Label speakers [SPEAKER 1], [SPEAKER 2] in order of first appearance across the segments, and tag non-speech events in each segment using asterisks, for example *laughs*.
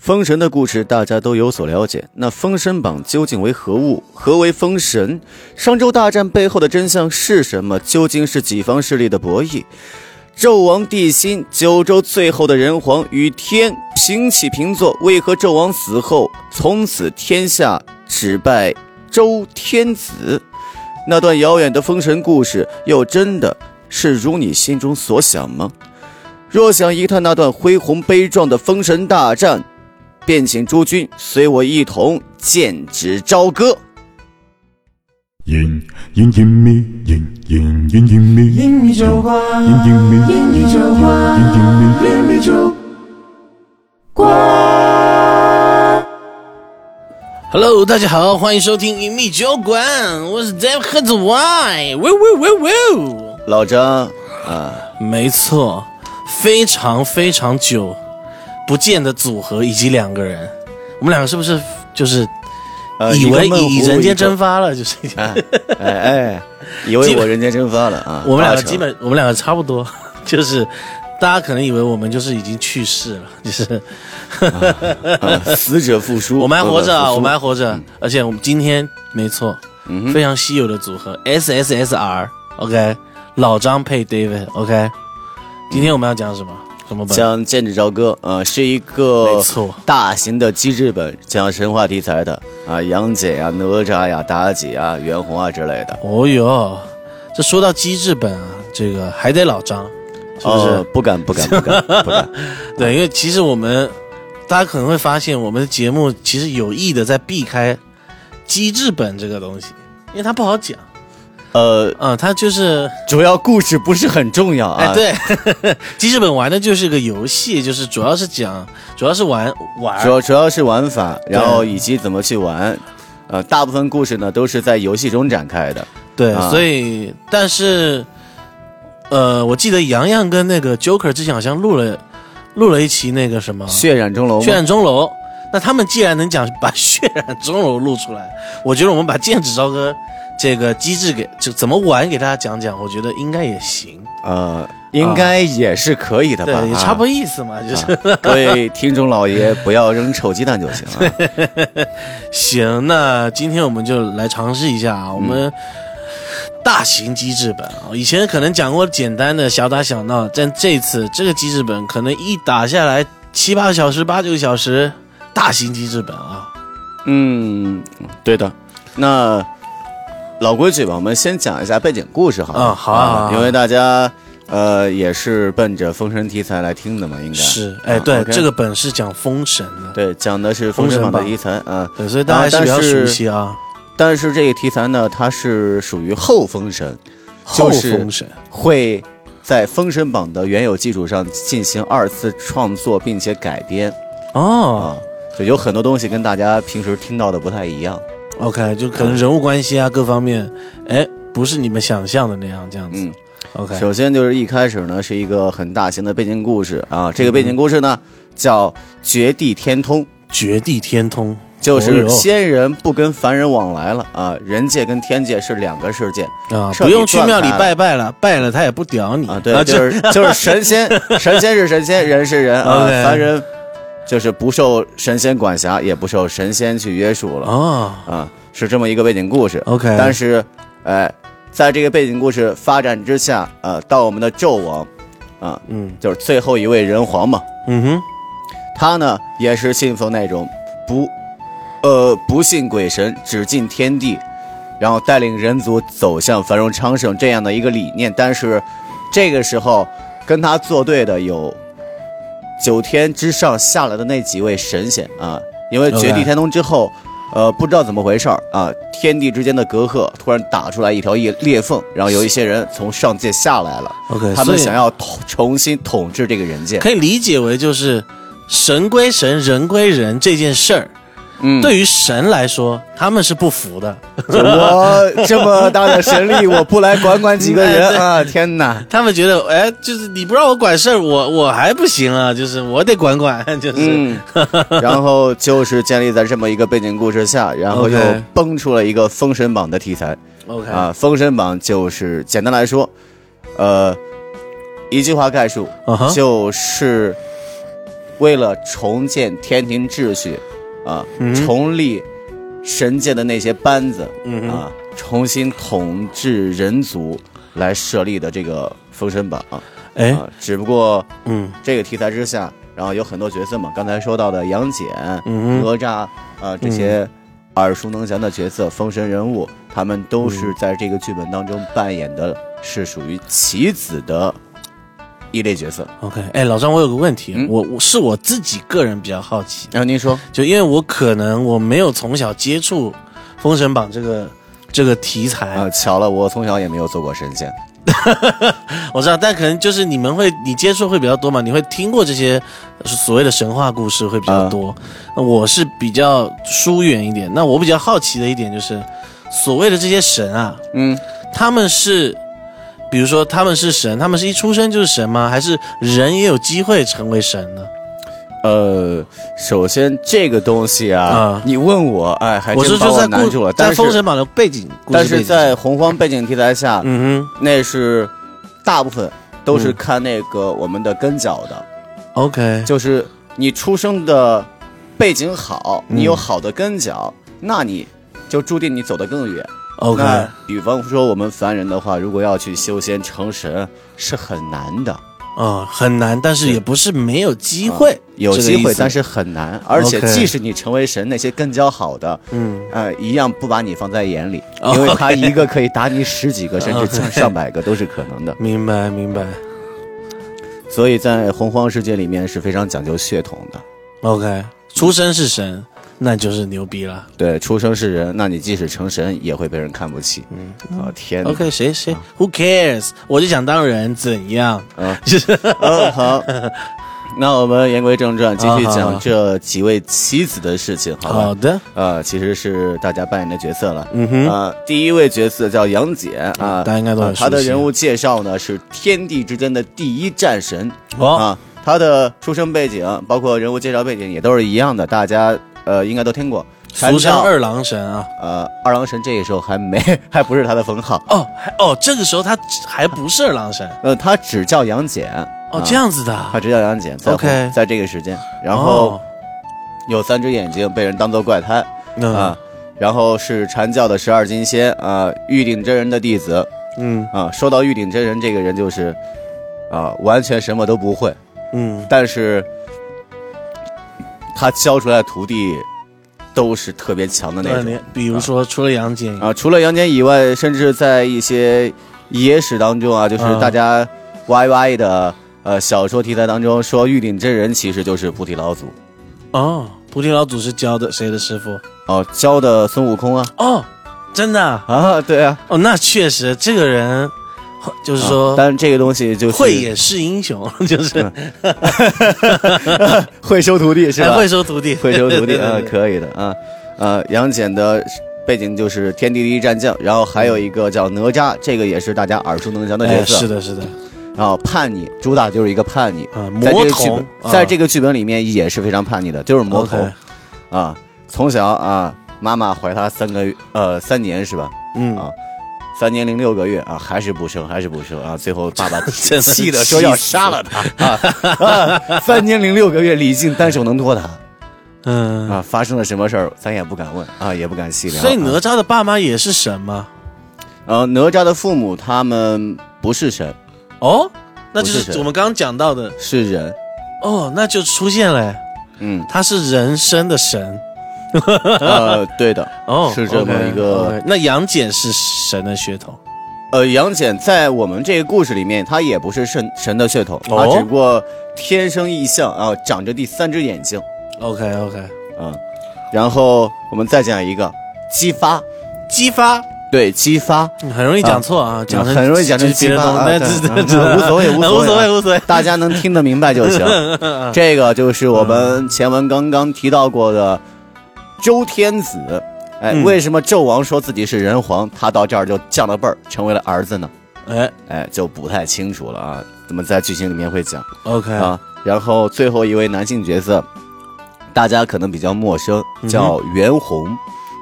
[SPEAKER 1] 封神的故事大家都有所了解，那封神榜究竟为何物？何为封神？商周大战背后的真相是什么？究竟是几方势力的博弈？纣王帝辛，九州最后的人皇，与天平起平坐，为何纣王死后，从此天下只拜周天子？那段遥远的封神故事，又真的是如你心中所想吗？若想一探那段恢宏悲壮的封神大战，便请诸君随我一同剑指朝歌。
[SPEAKER 2] 隐隐隐秘，隐隐隐隐秘，
[SPEAKER 3] 英米酒馆，
[SPEAKER 2] 隐隐秘，
[SPEAKER 3] 英米酒馆，
[SPEAKER 2] 隐隐秘。
[SPEAKER 3] 英米酒馆。
[SPEAKER 4] Hello，大家好，欢迎收听隐秘酒馆，我是 Dev 喝子 Y，喂喂喂喂，
[SPEAKER 1] 老张啊，
[SPEAKER 4] 没错，非常非常久不见的组合以及两个人，我们两个是不是就是
[SPEAKER 1] 呃
[SPEAKER 4] 以为
[SPEAKER 1] 一个闷
[SPEAKER 4] 以
[SPEAKER 1] 葫芦
[SPEAKER 4] 人间蒸
[SPEAKER 1] 一
[SPEAKER 4] 发
[SPEAKER 1] *laughs*
[SPEAKER 4] 了？就是、
[SPEAKER 1] 个哎哎哎，以为
[SPEAKER 4] 基
[SPEAKER 1] 我
[SPEAKER 4] 本
[SPEAKER 1] 人间蒸发了啊！
[SPEAKER 4] 我们两
[SPEAKER 1] 八
[SPEAKER 4] 个
[SPEAKER 1] 成
[SPEAKER 4] 基本我们两个差不多，就是大家可能以为我们就是已经去世了，就是 *laughs*
[SPEAKER 1] 啊死者复苏，
[SPEAKER 4] 我们还活着啊，
[SPEAKER 1] 呃
[SPEAKER 4] 我们还。
[SPEAKER 1] 复
[SPEAKER 4] 活着，而且我们今天没错，非常稀有的组合 SSSR，OK，老张配 David，OK，、今天我们要讲什么？什么
[SPEAKER 1] 苏
[SPEAKER 4] 本？
[SPEAKER 1] 像《剑指朝歌》呃，是一个
[SPEAKER 4] 没错
[SPEAKER 1] 大型的机制本，讲神话题材的啊，杨戬呀、哪吒呀、妲己啊、袁弘啊之类的，
[SPEAKER 4] 哦哟，这说到机制本啊，这个还得老张，是不是？
[SPEAKER 1] 哦不敢不敢不
[SPEAKER 4] *laughs*
[SPEAKER 1] 敢不敢，
[SPEAKER 4] 对，因为其实我们大家可能会发现，我们的节目其实有意的在避开机制本这个东西，因为它不好讲
[SPEAKER 1] 呃，
[SPEAKER 4] 啊、它就是
[SPEAKER 1] 主要故事不是很重要啊，
[SPEAKER 4] 哎，对， *laughs* 记事本玩的就是个游戏，就是主要是讲，主要是玩玩
[SPEAKER 1] 主。要主要是玩法，然后以及怎么去玩。呃，大部分故事呢都是在游戏中展开的。
[SPEAKER 4] 对，
[SPEAKER 1] 啊
[SPEAKER 4] 所以但是，呃，我记得洋洋跟那个 Joker 之前好像录了录了一期那个什么《
[SPEAKER 1] 血染钟楼吗，
[SPEAKER 4] 血染钟楼》，那他们既然能讲把《血染钟楼》录出来，我觉得我们把《剑指朝歌》这个机制给就怎么玩给大家讲讲，我觉得应该也行，
[SPEAKER 1] 呃，应该也是可以的吧？啊
[SPEAKER 4] 对，也差
[SPEAKER 1] *laughs*
[SPEAKER 4] 不
[SPEAKER 1] 多。
[SPEAKER 4] 多意思嘛，就是。
[SPEAKER 1] 啊各位听众老爷，不要扔臭鸡蛋就行啊！
[SPEAKER 4] 行，那今天我们就来尝试一下啊，我们
[SPEAKER 1] 嗯
[SPEAKER 4] 大型机制本啊，以前可能讲过简单的小打小闹，但这次这个机制本可能一打下来七八个小时、八九个小时，大型机制本啊，
[SPEAKER 1] *laughs* 嗯，对的。那老规矩吧，我们先讲一下背景故事好了。
[SPEAKER 4] 啊好啊好啊
[SPEAKER 1] 因为大家呃也是奔着封神题材来听的嘛，应该
[SPEAKER 4] 是，哎，
[SPEAKER 1] 啊
[SPEAKER 4] 对，
[SPEAKER 1] OK
[SPEAKER 4] 这个本是讲封神的，
[SPEAKER 1] 对讲的是封神榜的题材啊。
[SPEAKER 4] 对，所以大家还
[SPEAKER 1] 啊
[SPEAKER 4] 是比较
[SPEAKER 1] 但是
[SPEAKER 4] 熟悉啊，
[SPEAKER 1] 但是这个题材呢，它是属于后封神，
[SPEAKER 4] 后
[SPEAKER 1] 就是
[SPEAKER 4] 封神，
[SPEAKER 1] 会在封神榜的原有基础上进行二次创作，并且改编
[SPEAKER 4] 哦
[SPEAKER 1] 啊，就有很多东西跟大家平时听到的不太一样。
[SPEAKER 4] ，OK，就可能人物关系啊各方面，哎，不是你们想象的那样，这样子、
[SPEAKER 1] 嗯
[SPEAKER 4] o k
[SPEAKER 1] 首先就是一开始呢，是一个很大型的背景故事
[SPEAKER 4] 嗯
[SPEAKER 1] 啊，这个背景故事呢叫《绝地天通》。
[SPEAKER 4] 绝地天通，
[SPEAKER 1] 就
[SPEAKER 4] 哦
[SPEAKER 1] 是
[SPEAKER 4] 哟
[SPEAKER 1] 仙人不跟凡人往来了啊，人界跟天界是两个世界
[SPEAKER 4] 啊，
[SPEAKER 1] 彻
[SPEAKER 4] 不
[SPEAKER 1] 底
[SPEAKER 4] 用去
[SPEAKER 1] 断
[SPEAKER 4] 庙里
[SPEAKER 1] 开了
[SPEAKER 4] 拜拜了，拜了他也不屌你
[SPEAKER 1] 啊，对，
[SPEAKER 4] 就
[SPEAKER 1] 就是就是神
[SPEAKER 4] *laughs*
[SPEAKER 1] 仙，神仙是神仙，人是人啊，
[SPEAKER 4] OK
[SPEAKER 1] 凡人就是不受神仙管辖，也不受神仙去约束了
[SPEAKER 4] 啊
[SPEAKER 1] 啊，是这么一个背景故事。
[SPEAKER 4] ，OK，
[SPEAKER 1] 但是，哎、在这个背景故事发展之下，呃，到我们的纣王，啊，
[SPEAKER 4] 嗯
[SPEAKER 1] 就是最后一位人皇嘛，
[SPEAKER 4] 嗯哼，
[SPEAKER 1] 他呢也是信奉那种不，呃，不信鬼神，只敬天地，然后带领人族走向繁荣昌盛这样的一个理念。但是这个时候跟他作对的有九天之上下来的那几位神仙啊，因为
[SPEAKER 4] OK
[SPEAKER 1] 绝地天通之后。呃，不知道怎么回事儿啊，天地之间的隔阂突然打出来一条裂裂缝，然后有一些人从上界下来了
[SPEAKER 4] OK，
[SPEAKER 1] 他们
[SPEAKER 4] 所以
[SPEAKER 1] 想要统重新统治这个人界。
[SPEAKER 4] 可以理解为就是神归神，人归人这件事儿，
[SPEAKER 1] 嗯，
[SPEAKER 4] 对于神来说他们是不服的，
[SPEAKER 1] 我这么大的神力，我不来管管几个
[SPEAKER 4] *laughs* 哎
[SPEAKER 1] 人啊！天哪，
[SPEAKER 4] 他们觉得哎，就是你不让我管事儿，我我还不行啊，就是我得管管， *laughs* 就是、
[SPEAKER 1] 嗯，然后就是建立在这么一个背景故事下，然后又
[SPEAKER 4] OK
[SPEAKER 1] 蹦出了一个《封神榜》的题材
[SPEAKER 4] OK，、
[SPEAKER 1] 啊，《封神榜》就是简单来说，
[SPEAKER 4] 啊
[SPEAKER 1] 呃，一句话概述
[SPEAKER 4] 嗯哼
[SPEAKER 1] 就是为了重建天庭秩序，啊，
[SPEAKER 4] 嗯
[SPEAKER 1] 重立神界的那些班子，
[SPEAKER 4] 嗯
[SPEAKER 1] 啊，重新统治人族来设立的这个封神榜。
[SPEAKER 4] 哎，
[SPEAKER 1] 啊，只不过
[SPEAKER 4] 嗯
[SPEAKER 1] 这个题材之下，然后有很多角色嘛，刚才说到的杨戬、
[SPEAKER 4] 嗯哼，
[SPEAKER 1] 哪吒啊、这些耳熟能详的角色、封神人物，他们都是在这个剧本当中扮演的是属于棋子的一类角色。
[SPEAKER 4] OK，哎，老张，我有个问题，
[SPEAKER 1] 嗯
[SPEAKER 4] 我我是我自己个人比较好奇，
[SPEAKER 1] 然后您说，
[SPEAKER 4] 就因为我可能我没有从小接触《封神榜》这个这个题材，
[SPEAKER 1] 啊，巧了，我从小也没有做过神仙。
[SPEAKER 4] 我知道，但可能就是你们会你接触会比较多嘛，你会听过这些所谓的神话故事会比较
[SPEAKER 1] 啊
[SPEAKER 4] 多。那我是比较疏远一点，那我比较好奇的一点就是，所谓的这些神啊，
[SPEAKER 1] 嗯，
[SPEAKER 4] 他们是。比如说，他们是神，他们是一出生就是神吗？还是人也有机会成为神呢？
[SPEAKER 1] 呃，首先这个东西啊，
[SPEAKER 4] 啊
[SPEAKER 1] 你问我，哎，还
[SPEAKER 4] 我是
[SPEAKER 1] 真把
[SPEAKER 4] 说在
[SPEAKER 1] 我难
[SPEAKER 4] 故
[SPEAKER 1] 住了。
[SPEAKER 4] 在
[SPEAKER 1] 但
[SPEAKER 4] 《
[SPEAKER 1] 是
[SPEAKER 4] 封神榜》的背景，故事
[SPEAKER 1] 但
[SPEAKER 4] 背
[SPEAKER 1] 是
[SPEAKER 4] 景
[SPEAKER 1] 在洪荒背景题材下，
[SPEAKER 4] 嗯
[SPEAKER 1] 那是大部分都是
[SPEAKER 4] 嗯
[SPEAKER 1] 看那个我们的跟脚的，
[SPEAKER 4] 哼，OK，
[SPEAKER 1] 就是你出生的背景好，
[SPEAKER 4] 嗯
[SPEAKER 1] 你有好的跟脚，那你就注定你走得更远。
[SPEAKER 4] OK，
[SPEAKER 1] 那比方说我们凡人的话，如果要去修仙成神是很难的，
[SPEAKER 4] 哦，很难，但是也不是没有机会，
[SPEAKER 1] 啊有
[SPEAKER 4] 这个
[SPEAKER 1] 机
[SPEAKER 4] 意
[SPEAKER 1] 会
[SPEAKER 4] 思
[SPEAKER 1] 但是很难。而且
[SPEAKER 4] OK
[SPEAKER 1] 即使你成为神，那些跟脚好的，
[SPEAKER 4] 嗯，
[SPEAKER 1] 呃，一样不把你放在眼里，
[SPEAKER 4] 哦
[SPEAKER 1] 因为他一个可以打你十几个，甚至上百个都是可能的。
[SPEAKER 4] 明白明白
[SPEAKER 1] 所以在洪荒世界里面是非常讲究血统的。
[SPEAKER 4] ，OK，出生是神，那就是牛逼了。
[SPEAKER 1] 对，出生是人，那你即使成神也会被人看不起。嗯，啊、天哪
[SPEAKER 4] OK，谁谁、Who cares？我就想当人，怎样？
[SPEAKER 1] 啊
[SPEAKER 4] 就是
[SPEAKER 1] *laughs* 嗯，好，那我们言归正传，继续
[SPEAKER 4] 好好
[SPEAKER 1] 讲
[SPEAKER 4] 好
[SPEAKER 1] 这几位妻子的事情，好吧？
[SPEAKER 4] 好的，
[SPEAKER 1] 呃，其实是大家扮演的角色了。
[SPEAKER 4] 啊嗯哼，嗯
[SPEAKER 1] 啊、第一位角色叫杨戬啊，
[SPEAKER 4] 大家应该都很熟悉
[SPEAKER 1] 他的人物介绍呢是天地之间的第一战神
[SPEAKER 4] 哦
[SPEAKER 1] 啊，他的出生背景包括人物介绍背景也都是一样的，大家呃应该都听过。
[SPEAKER 4] 俗
[SPEAKER 1] 禅
[SPEAKER 4] 称
[SPEAKER 1] 让
[SPEAKER 4] 二郎神啊。
[SPEAKER 1] 呃二郎神这个时候还没 *laughs* 还不是他的封号，
[SPEAKER 4] 哦还哦，这个时候他还不是二郎神
[SPEAKER 1] 呃，他只叫杨戬。
[SPEAKER 4] 哦，
[SPEAKER 1] 啊
[SPEAKER 4] 这样子的
[SPEAKER 1] 他
[SPEAKER 4] 啊。
[SPEAKER 1] 只叫杨戬，在
[SPEAKER 4] OK
[SPEAKER 1] 在这个时间，然后啊
[SPEAKER 4] 哦
[SPEAKER 1] 有三只眼睛被人当做怪胎
[SPEAKER 4] 嗯、
[SPEAKER 1] 啊，然后是禅教的十二金仙啊，玉鼎真人的弟子
[SPEAKER 4] 嗯
[SPEAKER 1] 啊。说到玉鼎真人这个人，就是啊，完全什么都不会，
[SPEAKER 4] 嗯，
[SPEAKER 1] 但是他教出来的徒弟都是特别强的那
[SPEAKER 4] 那
[SPEAKER 1] 种
[SPEAKER 4] 你比如说除了杨戬，
[SPEAKER 1] 啊。除了杨戬以外，甚至在一些野史当中啊，就是
[SPEAKER 4] 嗯
[SPEAKER 1] 大家 YY 的。呃，小说题材当中说玉鼎真人其实就是菩提老祖，
[SPEAKER 4] 哦，菩提老祖是教的谁的师傅？
[SPEAKER 1] 哦，教的孙悟空啊
[SPEAKER 4] 哦，真的啊、
[SPEAKER 1] 啊，对啊，
[SPEAKER 4] 哦，那确实这个人就是
[SPEAKER 1] 啊
[SPEAKER 4] 说、
[SPEAKER 1] 但是这个东西就是
[SPEAKER 4] 慧眼识英雄， *laughs* 就是
[SPEAKER 1] 会收徒弟是
[SPEAKER 4] 还
[SPEAKER 1] 吧？
[SPEAKER 4] 会收徒弟，
[SPEAKER 1] 哎会收徒弟 *laughs*
[SPEAKER 4] *laughs* 对
[SPEAKER 1] 啊，
[SPEAKER 4] 对对对
[SPEAKER 1] 可以的啊，呃，杨戬的背景就是天地第一战将，然后还有一个叫哪吒，这个也是大家耳熟能详的角
[SPEAKER 4] 哎，
[SPEAKER 1] 色，
[SPEAKER 4] 是的，是的，
[SPEAKER 1] 然后叛逆，主打就是一个叛逆，
[SPEAKER 4] 啊，
[SPEAKER 1] 嗯在这
[SPEAKER 4] 魔
[SPEAKER 1] 个剧本
[SPEAKER 4] 童，，啊
[SPEAKER 1] 在这个剧本里面也是非常叛逆的，就是魔头
[SPEAKER 4] OK，
[SPEAKER 1] 啊，从小啊，妈妈怀他三个月呃三年是吧？
[SPEAKER 4] 嗯
[SPEAKER 1] 啊，三年零六个月啊，还是不生，还是不生啊！最后爸 *laughs* 爸
[SPEAKER 4] 真的
[SPEAKER 1] 气的说要杀了他啊啊！三年零六个月，李靖单手能拖他
[SPEAKER 4] 嗯，
[SPEAKER 1] 啊！发生了什么事儿，咱也不敢问啊，也不敢细聊。
[SPEAKER 4] 所以哪
[SPEAKER 1] 啊，
[SPEAKER 4] 吒的爸妈也是神吗？
[SPEAKER 1] 呃，哪吒的父母他们不是神，
[SPEAKER 4] 哦，那就
[SPEAKER 1] 不是
[SPEAKER 4] 是
[SPEAKER 1] 神
[SPEAKER 4] 我们刚刚讲到的，
[SPEAKER 1] 是人。
[SPEAKER 4] 哦，那就出现了，
[SPEAKER 1] 嗯，
[SPEAKER 4] 他是人生的神，
[SPEAKER 1] *laughs* 呃，对的，
[SPEAKER 4] 哦，
[SPEAKER 1] 是这么
[SPEAKER 4] OK，
[SPEAKER 1] 一个
[SPEAKER 4] OK，那杨戬是神的血统，
[SPEAKER 1] 呃，杨戬在我们这个故事里面，他也不是神神的血统，他
[SPEAKER 4] 哦
[SPEAKER 1] 只不过天生异象啊，长着第三只眼睛
[SPEAKER 4] OK OK，
[SPEAKER 1] 啊。然后我们再讲一个姬发，
[SPEAKER 4] 激发。
[SPEAKER 1] 对，姬发，
[SPEAKER 4] 嗯很容易讲错啊，讲成
[SPEAKER 1] 很容易讲成
[SPEAKER 4] 别的
[SPEAKER 1] 激发
[SPEAKER 4] 东西，
[SPEAKER 1] 啊
[SPEAKER 4] 但
[SPEAKER 1] 对
[SPEAKER 4] 是
[SPEAKER 1] 啊
[SPEAKER 4] 知道
[SPEAKER 1] 无所谓
[SPEAKER 4] 啊
[SPEAKER 1] 无所谓
[SPEAKER 4] 无所谓，无所谓。
[SPEAKER 1] 大家能听得明白就行。这个就是我们前文刚刚提到过的周天子。哎，
[SPEAKER 4] 嗯
[SPEAKER 1] 为什么纣王说自己是人皇，他到这儿就降了辈儿，成为了儿子呢？
[SPEAKER 4] 哎
[SPEAKER 1] 哎，就不太清楚了啊。怎么在剧情里面会讲
[SPEAKER 4] ，OK，
[SPEAKER 1] 啊？然后最后一位男性角色，大家可能比较陌生，叫袁弘。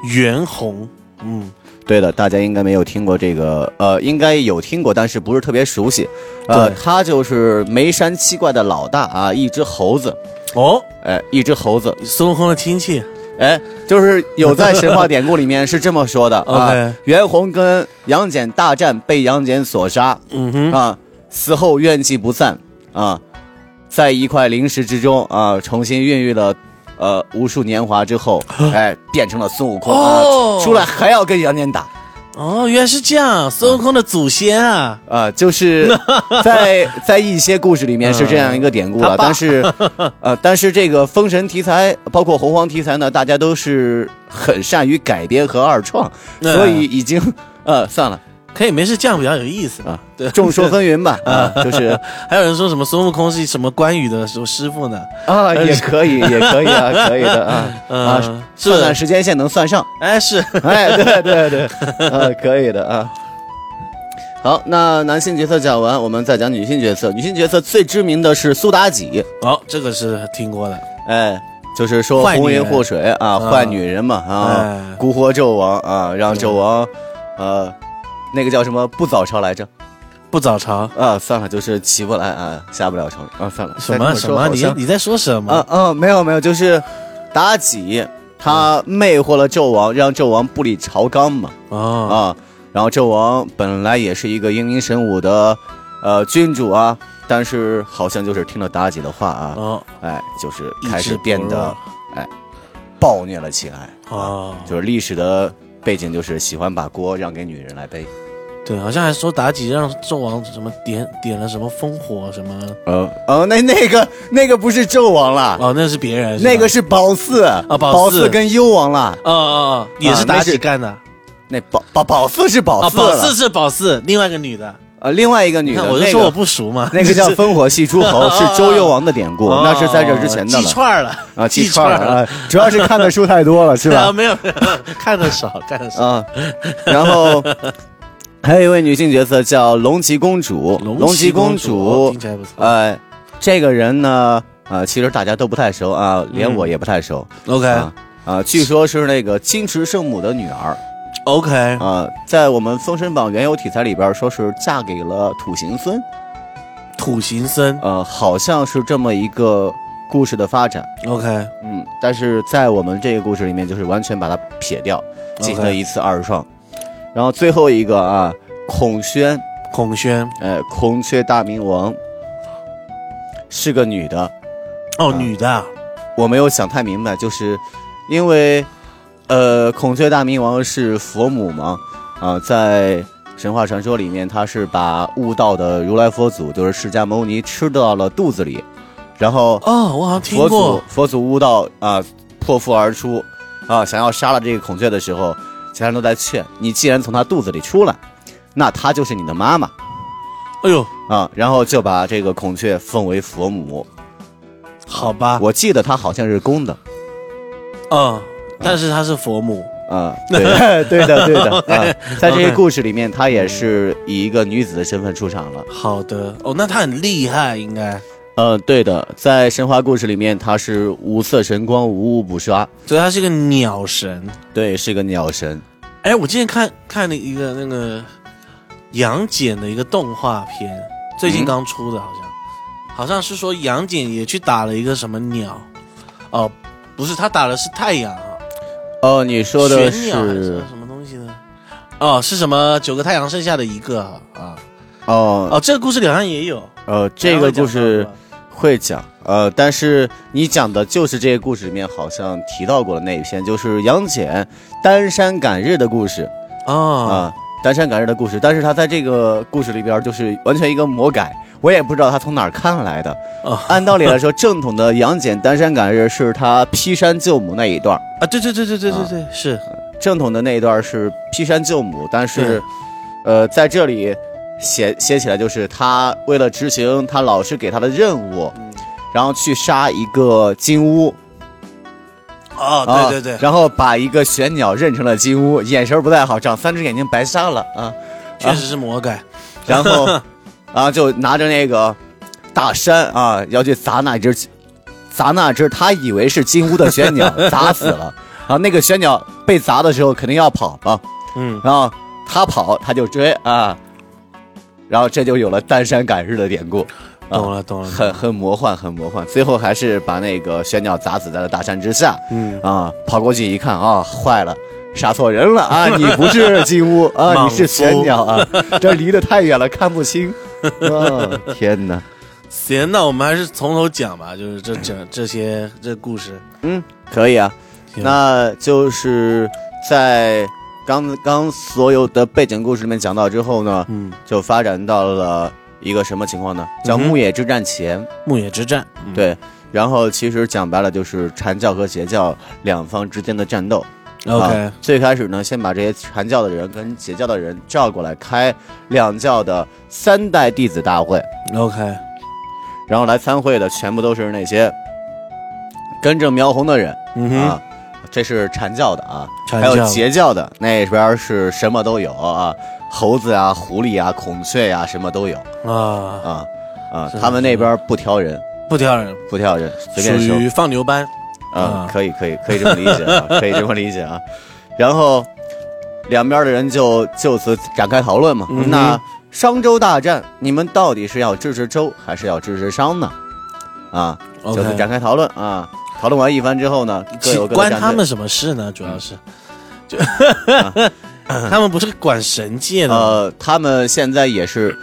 [SPEAKER 4] 袁弘，嗯，
[SPEAKER 1] 对的，大家应该没有听过这个，呃，应该有听过，但是不是特别熟悉。呃，
[SPEAKER 4] 对
[SPEAKER 1] 他就是眉山七怪的老大啊，一只猴子。
[SPEAKER 4] 哦，
[SPEAKER 1] 哎，一只猴子，
[SPEAKER 4] 孙悟空的亲戚，
[SPEAKER 1] 哎，就是有在神话典故里面是这么说的
[SPEAKER 4] *laughs*
[SPEAKER 1] 啊
[SPEAKER 4] OK。
[SPEAKER 1] 袁弘跟杨戬大战，被杨戬所杀
[SPEAKER 4] 嗯哼，
[SPEAKER 1] 啊，死后怨气不散啊，在一块灵石之中啊，重新孕育了。呃，无数年华之
[SPEAKER 4] *gasps*
[SPEAKER 1] 后，哎，变成了孙悟空
[SPEAKER 4] 哦
[SPEAKER 1] 啊，出来还要跟杨戬打
[SPEAKER 4] 哦，原来是这样，孙悟空的祖先啊，
[SPEAKER 1] 啊，就是
[SPEAKER 4] *laughs*
[SPEAKER 1] 在在一些故事里面是这样一个典故
[SPEAKER 4] 嗯他
[SPEAKER 1] 了，
[SPEAKER 4] 爸
[SPEAKER 1] 但是，
[SPEAKER 4] *laughs*
[SPEAKER 1] 呃，但是这个封神题材，包括洪荒题材呢，大家都是很善于改编和二创，
[SPEAKER 4] 嗯
[SPEAKER 1] 所以已经呃算了
[SPEAKER 4] 可以没事，这样比较有意思。
[SPEAKER 1] 啊
[SPEAKER 4] 对，
[SPEAKER 1] 众说纷
[SPEAKER 4] *laughs*
[SPEAKER 1] 纭吧，啊，就是
[SPEAKER 4] 还有人说什么孙悟空是什么关羽的什么师傅呢？ *laughs*
[SPEAKER 1] 啊，也可以，也可以啊，可以的啊
[SPEAKER 4] 嗯
[SPEAKER 1] 啊，
[SPEAKER 4] *laughs* 是
[SPEAKER 1] 算算时间线能算
[SPEAKER 4] *laughs*
[SPEAKER 1] 上，
[SPEAKER 4] 哎，是，
[SPEAKER 1] 哎，对对
[SPEAKER 4] *laughs*
[SPEAKER 1] 对，呃，可以的啊。好，那男性角色讲完，我们再讲女性角色。女性角色最知名的是苏妲己，
[SPEAKER 4] 哦，这个是听过的，
[SPEAKER 1] 哎，就是说
[SPEAKER 4] 坏女
[SPEAKER 1] 红
[SPEAKER 4] 人
[SPEAKER 1] 颜祸水啊，
[SPEAKER 4] 啊
[SPEAKER 1] 坏女人嘛啊
[SPEAKER 4] 哎，
[SPEAKER 1] 蛊惑纣王啊，让纣王呃，那个叫什么不早朝来着
[SPEAKER 4] 不早朝
[SPEAKER 1] 啊？算了，就是起不来啊，下不了朝啊，算了。
[SPEAKER 4] 什
[SPEAKER 1] 再这
[SPEAKER 4] 么
[SPEAKER 1] 说
[SPEAKER 4] 什么？
[SPEAKER 1] 好
[SPEAKER 4] 你
[SPEAKER 1] 像
[SPEAKER 4] 你在说什么？
[SPEAKER 1] 啊啊，没有没有，就是妲己她魅惑了纣王，让纣王不理朝纲嘛
[SPEAKER 4] 哦，
[SPEAKER 1] 啊。然后纣王本来也是一个英明神武的呃君主啊，但是好像就是听了妲己的话啊，
[SPEAKER 4] 哦
[SPEAKER 1] 哎，就是
[SPEAKER 4] 意
[SPEAKER 1] 开
[SPEAKER 4] 志
[SPEAKER 1] 始
[SPEAKER 4] 薄
[SPEAKER 1] 变
[SPEAKER 4] 弱
[SPEAKER 1] 得哎暴虐了起来。
[SPEAKER 4] 哦，
[SPEAKER 1] 就是历史的背景就是喜欢把锅让给女人来背。
[SPEAKER 4] 对，好像还说妲己让纣王什么点点了什么烽火什么，
[SPEAKER 1] 呃呃，那那个那个不是纣王啦，
[SPEAKER 4] 哦，那是别人，吧
[SPEAKER 1] 那个是褒姒啊
[SPEAKER 4] 褒
[SPEAKER 1] 褒
[SPEAKER 4] 姒
[SPEAKER 1] 姒跟幽王啦。
[SPEAKER 4] 哦哦哦，也是
[SPEAKER 1] 啊那
[SPEAKER 4] 妲
[SPEAKER 1] 是
[SPEAKER 4] 己干的啊，
[SPEAKER 1] 那褒褒褒�姒是褒姒
[SPEAKER 4] 宝
[SPEAKER 1] 了
[SPEAKER 4] 四是宝四，另外一个女的，
[SPEAKER 1] 呃，另外一个
[SPEAKER 4] 你
[SPEAKER 1] 女的，
[SPEAKER 4] 看我就
[SPEAKER 1] 那
[SPEAKER 4] 说
[SPEAKER 1] 个
[SPEAKER 4] 我不熟嘛，
[SPEAKER 1] *laughs* 那个
[SPEAKER 4] *laughs*
[SPEAKER 1] 叫烽火戏诸侯，是周幽王的典故，
[SPEAKER 4] 哦
[SPEAKER 1] 那是在这之前的
[SPEAKER 4] 记
[SPEAKER 1] 了
[SPEAKER 4] 串儿了
[SPEAKER 1] 啊，
[SPEAKER 4] 记
[SPEAKER 1] 记
[SPEAKER 4] 串
[SPEAKER 1] 串
[SPEAKER 4] 儿
[SPEAKER 1] 儿
[SPEAKER 4] 了，
[SPEAKER 1] 啊，主要是看的书太多了，是
[SPEAKER 4] 啊， *laughs*
[SPEAKER 1] 吧？
[SPEAKER 4] 没有，没有看的少，看的少。
[SPEAKER 1] 啊，然后 *laughs* 还有一位女性角色叫龙骑公主，
[SPEAKER 4] 骑
[SPEAKER 1] 骑公
[SPEAKER 4] 主听起来不错。
[SPEAKER 1] 呃，这个人呢，呃，其实大家都不太熟啊，连我也不太熟。
[SPEAKER 4] OK
[SPEAKER 1] 啊啊，据说是那个金池圣母的女儿
[SPEAKER 4] OK，
[SPEAKER 1] 啊，在我们《封神榜》原有题材里边，说是嫁给了土行孙，
[SPEAKER 4] 土行孙
[SPEAKER 1] 呃，好像是这么一个故事的发展。
[SPEAKER 4] OK
[SPEAKER 1] 嗯，但是在我们这个故事里面，就是完全把它撇掉，进行了一次二创。然后最后一个啊，孔宣，
[SPEAKER 4] 孔宣
[SPEAKER 1] 呃，孔雀大明王是个女的，
[SPEAKER 4] 哦，女的啊
[SPEAKER 1] 我没有想太明白，就是因为呃，孔雀大明王是佛母嘛，啊、在神话传说里面，他是把悟道的如来佛祖，就是释迦牟尼吃到了肚子里，然后
[SPEAKER 4] 哦，我好像听
[SPEAKER 1] 佛祖
[SPEAKER 4] 过
[SPEAKER 1] 佛祖悟道啊、破腹而出啊、想要杀了这个孔雀的时候，其他人都在劝你，既然从他肚子里出来，那她就是你的妈妈。
[SPEAKER 4] 哎呦，
[SPEAKER 1] 啊、然后就把这个孔雀奉为佛母。啊
[SPEAKER 4] 好吧，
[SPEAKER 1] 我记得她好像是公的，
[SPEAKER 4] 嗯，但是她是佛母，
[SPEAKER 1] *laughs* 啊，对对的，对的。啊，在这
[SPEAKER 4] OK
[SPEAKER 1] 个故事里面，她也是以一个女子的身份出场了。
[SPEAKER 4] 好的哦，那她很厉害，应该，
[SPEAKER 1] 呃，对的，在神话故事里面，她是五色神光，无物不杀，
[SPEAKER 4] 所以她是个鸟神。
[SPEAKER 1] 对，是个鸟神。
[SPEAKER 4] 哎，我之前看看了一个那个杨戬的一个动画片，最近刚出的，好像、好像是说杨戬也去打了一个什么鸟，哦，不是，他打的是太阳啊，
[SPEAKER 1] 哦，你说的
[SPEAKER 4] 玄鸟还
[SPEAKER 1] 是
[SPEAKER 4] 是什么东西呢？哦，是什么九个太阳剩下的一个啊啊？
[SPEAKER 1] 哦，
[SPEAKER 4] 哦，这个故事里好像也有
[SPEAKER 1] 呃，这个故
[SPEAKER 4] 好像有
[SPEAKER 1] 事
[SPEAKER 4] 讲到吧
[SPEAKER 1] 会讲，呃，但是你讲的就是这个故事里面好像提到过的那一篇，就是杨戬单山赶日的故事
[SPEAKER 4] 哦，
[SPEAKER 1] 啊。单山赶日的故事，但是他在这个故事里边就是完全一个魔改，我也不知道他从哪儿看来的。
[SPEAKER 4] 哦
[SPEAKER 1] 按道理来说，正统的杨戬单山赶日是他劈山救母那一段儿，
[SPEAKER 4] 啊，对对对对对对对，是
[SPEAKER 1] 正统的那一段儿是劈山救母，但
[SPEAKER 4] 对
[SPEAKER 1] 是，呃，在这里写写起来就是他为了执行他老师给他的任务，
[SPEAKER 4] 嗯
[SPEAKER 1] 然后去杀一个金乌，
[SPEAKER 4] 哦，
[SPEAKER 1] 啊
[SPEAKER 4] 对对对，
[SPEAKER 1] 然后把一个玄鸟认成了金乌，眼神不太好，长三只眼睛白瞎了啊，
[SPEAKER 4] 确实是魔改，
[SPEAKER 1] 然后，然后就拿着那个大山啊，要去砸那只，砸那只他以为是金乌的玄鸟，砸死了。然后那个玄鸟被砸的时候肯定要跑嘛，
[SPEAKER 4] 嗯，
[SPEAKER 1] 然后他跑他就追啊，然后这就有了单山赶日的典故。
[SPEAKER 4] 懂了懂了，
[SPEAKER 1] 很很魔幻，很魔幻。最后还是把那个玄鸟砸死在了大山之下。
[SPEAKER 4] 嗯，
[SPEAKER 1] 啊，跑过去一看啊，坏了。杀错人了
[SPEAKER 4] *laughs*
[SPEAKER 1] 啊！你不是金乌啊，
[SPEAKER 4] 莽
[SPEAKER 1] 你是玄
[SPEAKER 4] 夫
[SPEAKER 1] 鸟
[SPEAKER 4] *laughs*
[SPEAKER 1] 啊！这离得太远了，看不清。啊，天哪！
[SPEAKER 4] 行，那我们还是从头讲吧，就是这整这些这故事。
[SPEAKER 1] 嗯，可以啊。
[SPEAKER 4] 行
[SPEAKER 1] 那就是在刚刚所有的背景故事里面讲到之后呢，
[SPEAKER 4] 嗯，
[SPEAKER 1] 就发展到了一个什么情况呢？叫
[SPEAKER 4] 嗯哼
[SPEAKER 1] 牧野之战前。
[SPEAKER 4] 牧野之战，嗯，
[SPEAKER 1] 对，然后其实讲白了就是禅教和邪教两方之间的战斗。
[SPEAKER 4] ，OK，
[SPEAKER 1] 啊最开始呢，先把这些传教的人跟邪教的人召过来开两教的三代弟子大会，
[SPEAKER 4] OK，
[SPEAKER 1] 然后来参会的全部都是那些跟着苗红的人、
[SPEAKER 4] 嗯
[SPEAKER 1] 啊
[SPEAKER 4] 哼，，
[SPEAKER 1] 这是禅教的啊，
[SPEAKER 4] 禅
[SPEAKER 1] 还有
[SPEAKER 4] 教
[SPEAKER 1] 截教的那边是什么都有啊，猴子啊、狐狸啊、孔雀啊，什么都有
[SPEAKER 4] 啊，
[SPEAKER 1] 啊啊
[SPEAKER 4] 是，的
[SPEAKER 1] 他们那边不挑人，
[SPEAKER 4] 不挑人，
[SPEAKER 1] 不挑人，随
[SPEAKER 4] 属
[SPEAKER 1] 便说。
[SPEAKER 4] 于放牛班。
[SPEAKER 1] 啊
[SPEAKER 4] 啊，
[SPEAKER 1] 可以，可以，可以这么理解
[SPEAKER 4] *laughs*
[SPEAKER 1] 啊，可以这么理解啊。然后两边的人就就此展开讨论嘛。
[SPEAKER 4] 嗯哼
[SPEAKER 1] 那商周大战，你们到底是要支持周还是要支持商呢？啊，就
[SPEAKER 4] OK，
[SPEAKER 1] 此展开讨论啊。讨论完一番之后呢，各
[SPEAKER 4] 其
[SPEAKER 1] 有各的
[SPEAKER 4] 关
[SPEAKER 1] 战
[SPEAKER 4] 他
[SPEAKER 1] 队嗯啊
[SPEAKER 4] 们什么事呢？主要是，就 *laughs* 他们不是管神界的吗，
[SPEAKER 1] 呃，他们现在也
[SPEAKER 4] *clears throat*
[SPEAKER 1] 是，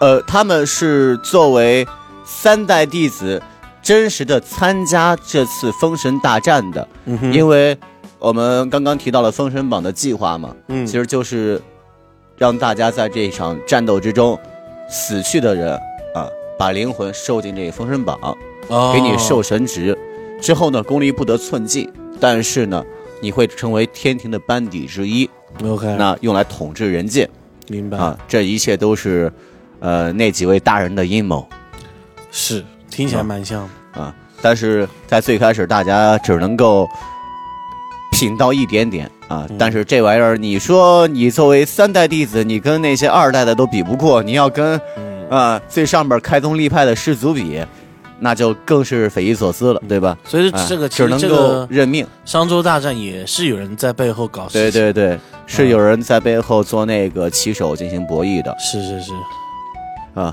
[SPEAKER 1] 呃，他们是作为三代弟子，真实的参加这次封神大战的，
[SPEAKER 4] 嗯哼
[SPEAKER 1] 因为我们刚刚提到了封神榜的计划嘛，
[SPEAKER 4] 嗯
[SPEAKER 1] 其实就是让大家在这场战斗之中死去的人啊，把灵魂收进这个封神榜，
[SPEAKER 4] 哦
[SPEAKER 1] 给你授神职，之后呢，功力不得寸进，但是呢，你会成为天庭的班底之一，
[SPEAKER 4] OK，
[SPEAKER 1] 那用来统治人界。
[SPEAKER 4] 明白
[SPEAKER 1] 啊，这一切都是，呃，那几位大人的阴谋
[SPEAKER 4] 是听起来蛮像的，
[SPEAKER 1] 啊。但是在最开始，大家只能够品到一点点啊。
[SPEAKER 4] 嗯
[SPEAKER 1] 但是这玩意儿，你说你作为三代弟子，你跟那些二代的都比不过，你要跟
[SPEAKER 4] 嗯
[SPEAKER 1] 啊最上边开宗立派的师祖比，那就更是匪夷所思了，对吧？
[SPEAKER 4] 所以
[SPEAKER 1] 啊
[SPEAKER 4] 嗯这个其
[SPEAKER 1] 只
[SPEAKER 4] 实
[SPEAKER 1] 能
[SPEAKER 4] 这
[SPEAKER 1] 够
[SPEAKER 4] 个
[SPEAKER 1] 认命。
[SPEAKER 4] 商周大战也是有人在背后搞
[SPEAKER 1] 对
[SPEAKER 4] 事情，
[SPEAKER 1] 对对，
[SPEAKER 4] 嗯
[SPEAKER 1] 是有人在背后做那个棋手进行博弈的。
[SPEAKER 4] 是是是，
[SPEAKER 1] 啊。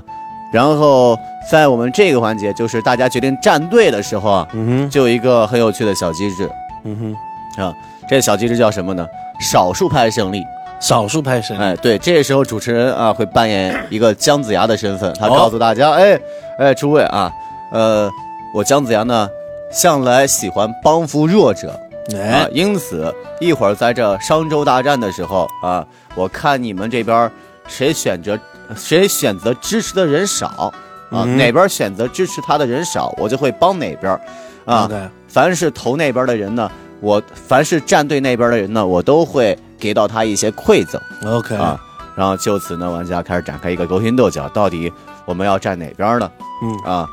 [SPEAKER 1] 然后在我们这个环节，就是大家决定站队的时候啊，
[SPEAKER 4] 嗯
[SPEAKER 1] 就有一个很有趣的小机制
[SPEAKER 4] 哼嗯哼，
[SPEAKER 1] 啊。这小机制叫什么呢？少数派胜利。
[SPEAKER 4] 少数派神，
[SPEAKER 1] 哎，对，这时候主持人啊会扮演一个姜子牙的身份，他
[SPEAKER 4] 哦
[SPEAKER 1] 告诉大家，哎哎，诸位啊，呃，我姜子牙呢，向来喜欢帮扶弱者，啊
[SPEAKER 4] 哎，，
[SPEAKER 1] 因此一会儿在这商周大战的时候啊，我看你们这边儿谁选择谁选择支持的人少啊，
[SPEAKER 4] 嗯
[SPEAKER 1] 哪边儿选择支持他的人少，我就会帮哪边儿啊。
[SPEAKER 4] OK，
[SPEAKER 1] 凡是投那边儿的人呢，我凡是站队那边儿的人呢，我都会给到他一些馈赠
[SPEAKER 4] OK，
[SPEAKER 1] 啊。然后就此呢，玩家开始展开一个勾心斗角，到底我们要站哪边儿呢？
[SPEAKER 4] 嗯
[SPEAKER 1] 啊，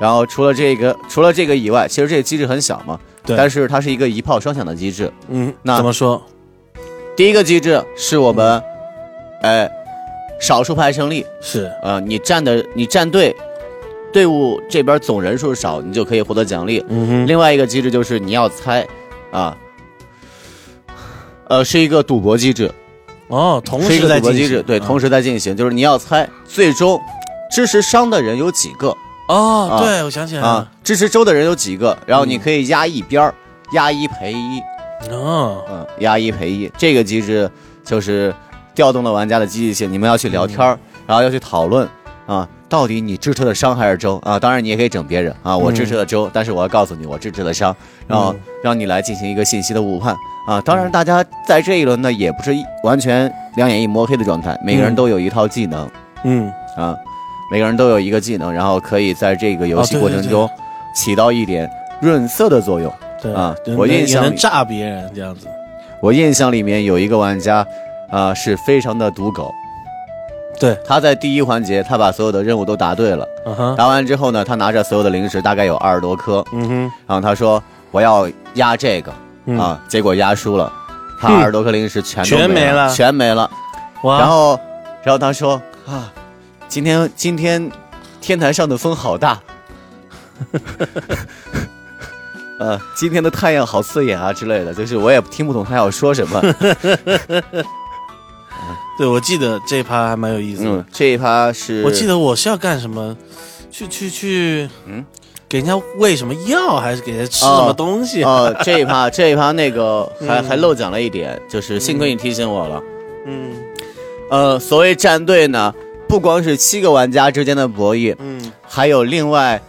[SPEAKER 1] 然后除了这个除了这个以外，其实这个机制很小嘛，
[SPEAKER 4] 对
[SPEAKER 1] 但是它是一个一炮双响的机制。
[SPEAKER 4] 嗯，
[SPEAKER 1] 那
[SPEAKER 4] 怎么说？
[SPEAKER 1] 第一个机制是我们，
[SPEAKER 4] 嗯
[SPEAKER 1] 哎，少数派胜利。
[SPEAKER 4] 是
[SPEAKER 1] 呃，你站的你站队，队伍这边总人数少，你就可以获得奖励。
[SPEAKER 4] 嗯哼
[SPEAKER 1] 另外一个机制就是你要猜，啊，呃，是一个赌博机制，
[SPEAKER 4] 哦，同
[SPEAKER 1] 是一
[SPEAKER 4] 时
[SPEAKER 1] 个
[SPEAKER 4] 在
[SPEAKER 1] 赌博
[SPEAKER 4] 进
[SPEAKER 1] 机
[SPEAKER 4] 行嗯
[SPEAKER 1] 制，
[SPEAKER 4] 啊
[SPEAKER 1] 对，同
[SPEAKER 4] 时
[SPEAKER 1] 时在进行，就是你要猜最终支持商的人有几个
[SPEAKER 4] 哦
[SPEAKER 1] 啊，
[SPEAKER 4] 对，我想起来
[SPEAKER 1] 啊
[SPEAKER 4] 了，，
[SPEAKER 1] 支持周的人有几个，然后你
[SPEAKER 4] 嗯
[SPEAKER 1] 可以压一边儿，压一赔一。
[SPEAKER 4] 哦，
[SPEAKER 1] 嗯，压一赔一这个机制就是调动了玩家的积极性，你们要去聊天儿，
[SPEAKER 4] 嗯
[SPEAKER 1] 然后要去讨论啊，到底你支持的商还是周啊？当然你也可以整别人啊，我支持了周，但是我要告诉你我支持了商，然后
[SPEAKER 4] 嗯
[SPEAKER 1] 让你来进行一个信息的误判啊。当然，大家在这一轮呢也不是一完全两眼一抹黑的状态，每个人
[SPEAKER 4] 嗯
[SPEAKER 1] 都有一套技能
[SPEAKER 4] 嗯，
[SPEAKER 1] 啊，每个人都有一个技能，然后可以在这个游
[SPEAKER 4] 哦
[SPEAKER 1] 戏
[SPEAKER 4] 对
[SPEAKER 1] 过
[SPEAKER 4] 对
[SPEAKER 1] 程
[SPEAKER 4] 对
[SPEAKER 1] 中起到一点润色的作用。
[SPEAKER 4] 对
[SPEAKER 1] 啊
[SPEAKER 4] 也
[SPEAKER 1] 我
[SPEAKER 4] 能
[SPEAKER 1] 印象
[SPEAKER 4] 也
[SPEAKER 1] 里
[SPEAKER 4] 能炸别人这样子，
[SPEAKER 1] 我印象里面有一个玩家，啊、是非常的赌狗。
[SPEAKER 4] 对，
[SPEAKER 1] 他在第一环节，他把所有的任务都答对了。
[SPEAKER 4] 嗯哼，
[SPEAKER 1] 答完之后呢，他拿着所有的零食，大概有二十多颗。
[SPEAKER 4] 嗯
[SPEAKER 1] 然后他说：“我要压这个
[SPEAKER 4] 哼，
[SPEAKER 1] 啊！”结果压输了，他
[SPEAKER 4] 嗯
[SPEAKER 1] 二十多颗零食全都
[SPEAKER 4] 全
[SPEAKER 1] 没
[SPEAKER 4] 没了
[SPEAKER 1] 全没了。
[SPEAKER 4] 嗯，哇，
[SPEAKER 1] 然后，然后他说：“啊，今天今天天台上的风好大， *laughs* 呃，今天的太阳好刺眼啊之类的，就是我也听不懂他要说什么。”
[SPEAKER 4] 对，我记得这一趴还蛮有意思的。
[SPEAKER 1] 嗯，这一趴是
[SPEAKER 4] 我记得我是要干什么，去去去，嗯，给人家喂什么药，还是给人家吃什
[SPEAKER 1] 哦
[SPEAKER 4] 么东西？
[SPEAKER 1] 哦，这一趴这一趴那个还、还漏讲了一点，就是幸亏你提醒我了。
[SPEAKER 4] 嗯
[SPEAKER 1] 呃，所谓战队呢，不光是七个玩家之间的博弈，
[SPEAKER 4] 嗯，
[SPEAKER 1] 还有另外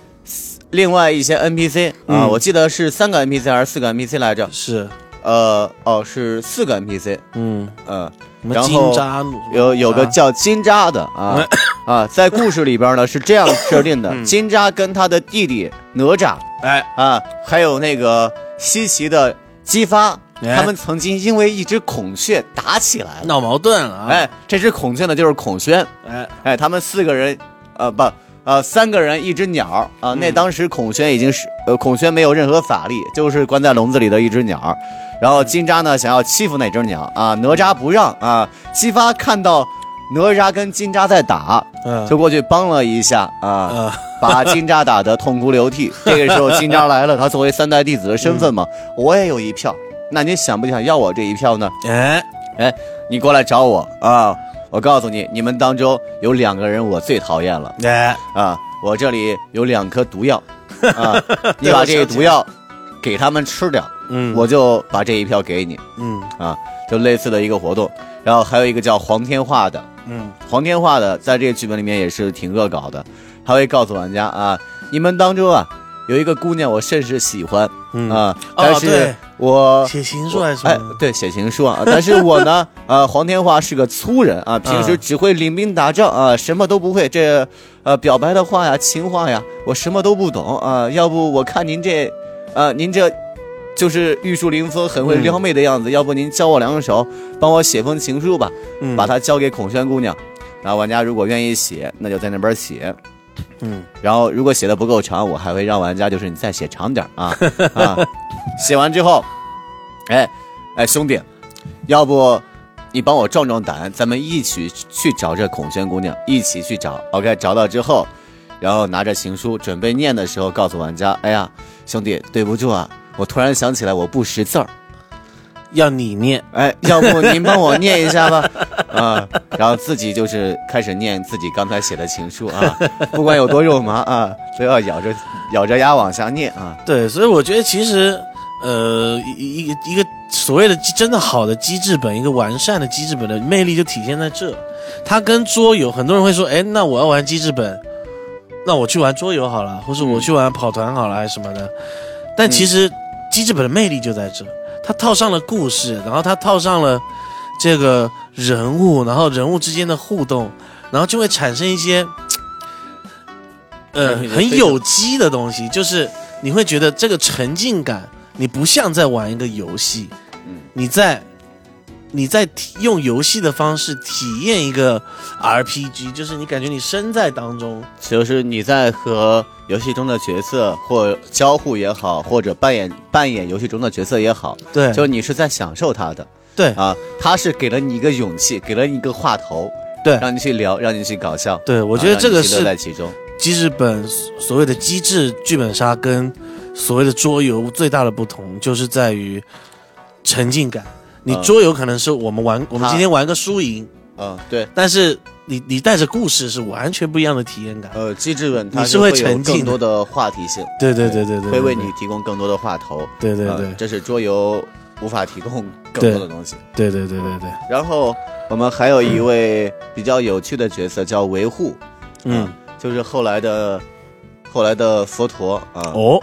[SPEAKER 1] 另外一些 NPC 啊、
[SPEAKER 4] 嗯
[SPEAKER 1] 我记得是三个 NPC 还是四个 NPC 来着？
[SPEAKER 4] 是，
[SPEAKER 1] 呃，哦，是四个 NPC，
[SPEAKER 4] 嗯，
[SPEAKER 1] 呃，
[SPEAKER 4] 什么
[SPEAKER 1] 然后
[SPEAKER 4] 金扎努
[SPEAKER 1] 有有
[SPEAKER 4] 啊
[SPEAKER 1] 个叫金吒的
[SPEAKER 4] *laughs*
[SPEAKER 1] 啊啊，在故事里边呢是这样设定
[SPEAKER 4] 嗯
[SPEAKER 1] 的：金吒跟他的弟弟哪吒
[SPEAKER 4] 哎，
[SPEAKER 1] 啊，还有那个西奇的姬发，
[SPEAKER 4] 哎
[SPEAKER 1] 他们曾经因为一只孔雀打起来了。
[SPEAKER 4] 闹矛盾了啊！
[SPEAKER 1] 哎，这只孔雀呢就是孔宣，
[SPEAKER 4] 哎，
[SPEAKER 1] 哎，他们四个人，呃不，呃三个人一只鸟儿啊、
[SPEAKER 4] 嗯
[SPEAKER 1] 那当时孔宣已经是，呃孔宣没有任何法力，就是关在笼子里的一只鸟儿。然后金吒呢想要欺负那只鸟啊，哪吒不让啊。姬发看到哪吒跟金吒在打，
[SPEAKER 4] 嗯，
[SPEAKER 1] 就过去帮了一下啊。
[SPEAKER 4] 呃，
[SPEAKER 1] 把金吒打得痛哭流涕。这个时候，金吒来了，他作为三代弟子的身份嘛，
[SPEAKER 4] 嗯
[SPEAKER 1] 我也有一票。那你想不想要我这一票呢？
[SPEAKER 4] 哎，
[SPEAKER 1] 哎，你过来找我啊！我告诉你，你们当中有两个人我最讨厌了
[SPEAKER 4] 哎，
[SPEAKER 1] 啊！我这里有两颗毒药
[SPEAKER 4] *laughs*
[SPEAKER 1] 啊，你把这个毒药给他们吃掉，
[SPEAKER 4] 嗯，
[SPEAKER 1] 我就把这一票给你
[SPEAKER 4] 嗯
[SPEAKER 1] 啊！就类似的一个活动。然后还有一个叫黄天化的，
[SPEAKER 4] 嗯
[SPEAKER 1] 黄天化的在这个剧本里面也是挺恶搞的，他会告诉玩家啊，你们当中啊有一个姑娘我甚是喜欢
[SPEAKER 4] 嗯，
[SPEAKER 1] 啊，但是
[SPEAKER 4] 对
[SPEAKER 1] 我。
[SPEAKER 4] 写情书还是什
[SPEAKER 1] 哎
[SPEAKER 4] 么，的？
[SPEAKER 1] 对，写情书啊， *laughs* 但是我呢，呃，黄天化是个粗人
[SPEAKER 4] 嗯
[SPEAKER 1] 啊，平时只会领兵打仗啊，什么都不会，这呃表白的话呀、情话呀，我什么都不懂啊，要不我看您这，呃，您这就是玉树临风，很会
[SPEAKER 4] 嗯
[SPEAKER 1] 撩妹的样子，要不您教我两手，帮我写封情书吧。
[SPEAKER 4] 嗯，
[SPEAKER 1] 把它交给孔宣姑娘，然后玩家如果愿意写，那就在那边写。
[SPEAKER 4] 嗯
[SPEAKER 1] 然后如果写的不够长，我还会让玩家就是你再写长点儿
[SPEAKER 4] *laughs*
[SPEAKER 1] 啊啊！写完之后，哎哎兄弟，要不你帮我壮壮胆，咱们一起去找这孔宣姑娘，一起去找。OK，找到之后，然后拿着情书准备念的时候，告诉玩家，哎呀兄弟，对不住啊，我突然想起来我不识字儿。
[SPEAKER 4] 要你念，
[SPEAKER 1] 哎，要不您帮我念一下吧？ *laughs* 啊，然后自己就是开始念自己刚才写的情书啊， *laughs* 不管有多肉麻啊，都要咬着咬着牙往下念啊。
[SPEAKER 4] 对，所以我觉得其实，呃，一一个一个所谓的机真的好的机制本，一个完善的机制本的魅力就体现在这。它跟桌游，很多人会说，哎，那我要玩机制本，那我去玩桌游好了，或是我去玩跑团好了，还是什么的。但其实机制本的魅力就在这，它套上了故事，然后它套上了这个人物，然后人物之间的互动，然后就会产生一些。呃，
[SPEAKER 1] 让你的
[SPEAKER 4] 很
[SPEAKER 1] 非常
[SPEAKER 4] 有机的东西，就是你会觉得这个沉浸感，你不像在玩一个游戏，
[SPEAKER 1] 嗯
[SPEAKER 4] 你在你在体用游戏的方式体验一个 RPG，就是你感觉你身在当中，
[SPEAKER 1] 就是你在和游戏中的角色或交互也好，或者扮演扮演游戏中的角色也好，
[SPEAKER 4] 对，
[SPEAKER 1] 就你是在享受它的
[SPEAKER 4] 对
[SPEAKER 1] 啊，它是给了你一个勇气，给了你一个话头，
[SPEAKER 4] 对
[SPEAKER 1] 让你去聊，让你去搞笑。
[SPEAKER 4] 对，我
[SPEAKER 1] 我
[SPEAKER 4] 觉得这个是
[SPEAKER 1] 在其中，
[SPEAKER 4] 机制本所谓的机制剧本杀跟所谓的桌游最大的不同，就是在于沉浸感。你
[SPEAKER 1] 嗯
[SPEAKER 4] 桌游可能是我们玩，我们
[SPEAKER 1] 它
[SPEAKER 4] 今天玩个输赢，
[SPEAKER 1] 嗯，对。
[SPEAKER 4] 但是你
[SPEAKER 1] 嗯
[SPEAKER 4] 你带着故事是完全不一样的体验感。
[SPEAKER 1] 呃，机制本它
[SPEAKER 4] 你是
[SPEAKER 1] 会
[SPEAKER 4] 会
[SPEAKER 1] 有
[SPEAKER 4] 沉浸
[SPEAKER 1] 更多
[SPEAKER 4] 的
[SPEAKER 1] 的话题性，
[SPEAKER 4] 对对对对对，
[SPEAKER 1] 会为
[SPEAKER 4] 对
[SPEAKER 1] 你提供更多的话头。
[SPEAKER 4] 对对
[SPEAKER 1] 呃
[SPEAKER 4] 对
[SPEAKER 1] 这是桌游无法提供更
[SPEAKER 4] 对
[SPEAKER 1] 多的东西。
[SPEAKER 4] 对对对对对，
[SPEAKER 1] 然后我们还有一位比较有趣的角色叫维护，
[SPEAKER 4] 嗯
[SPEAKER 1] 啊就是后来的后来的佛陀啊，
[SPEAKER 4] 哦，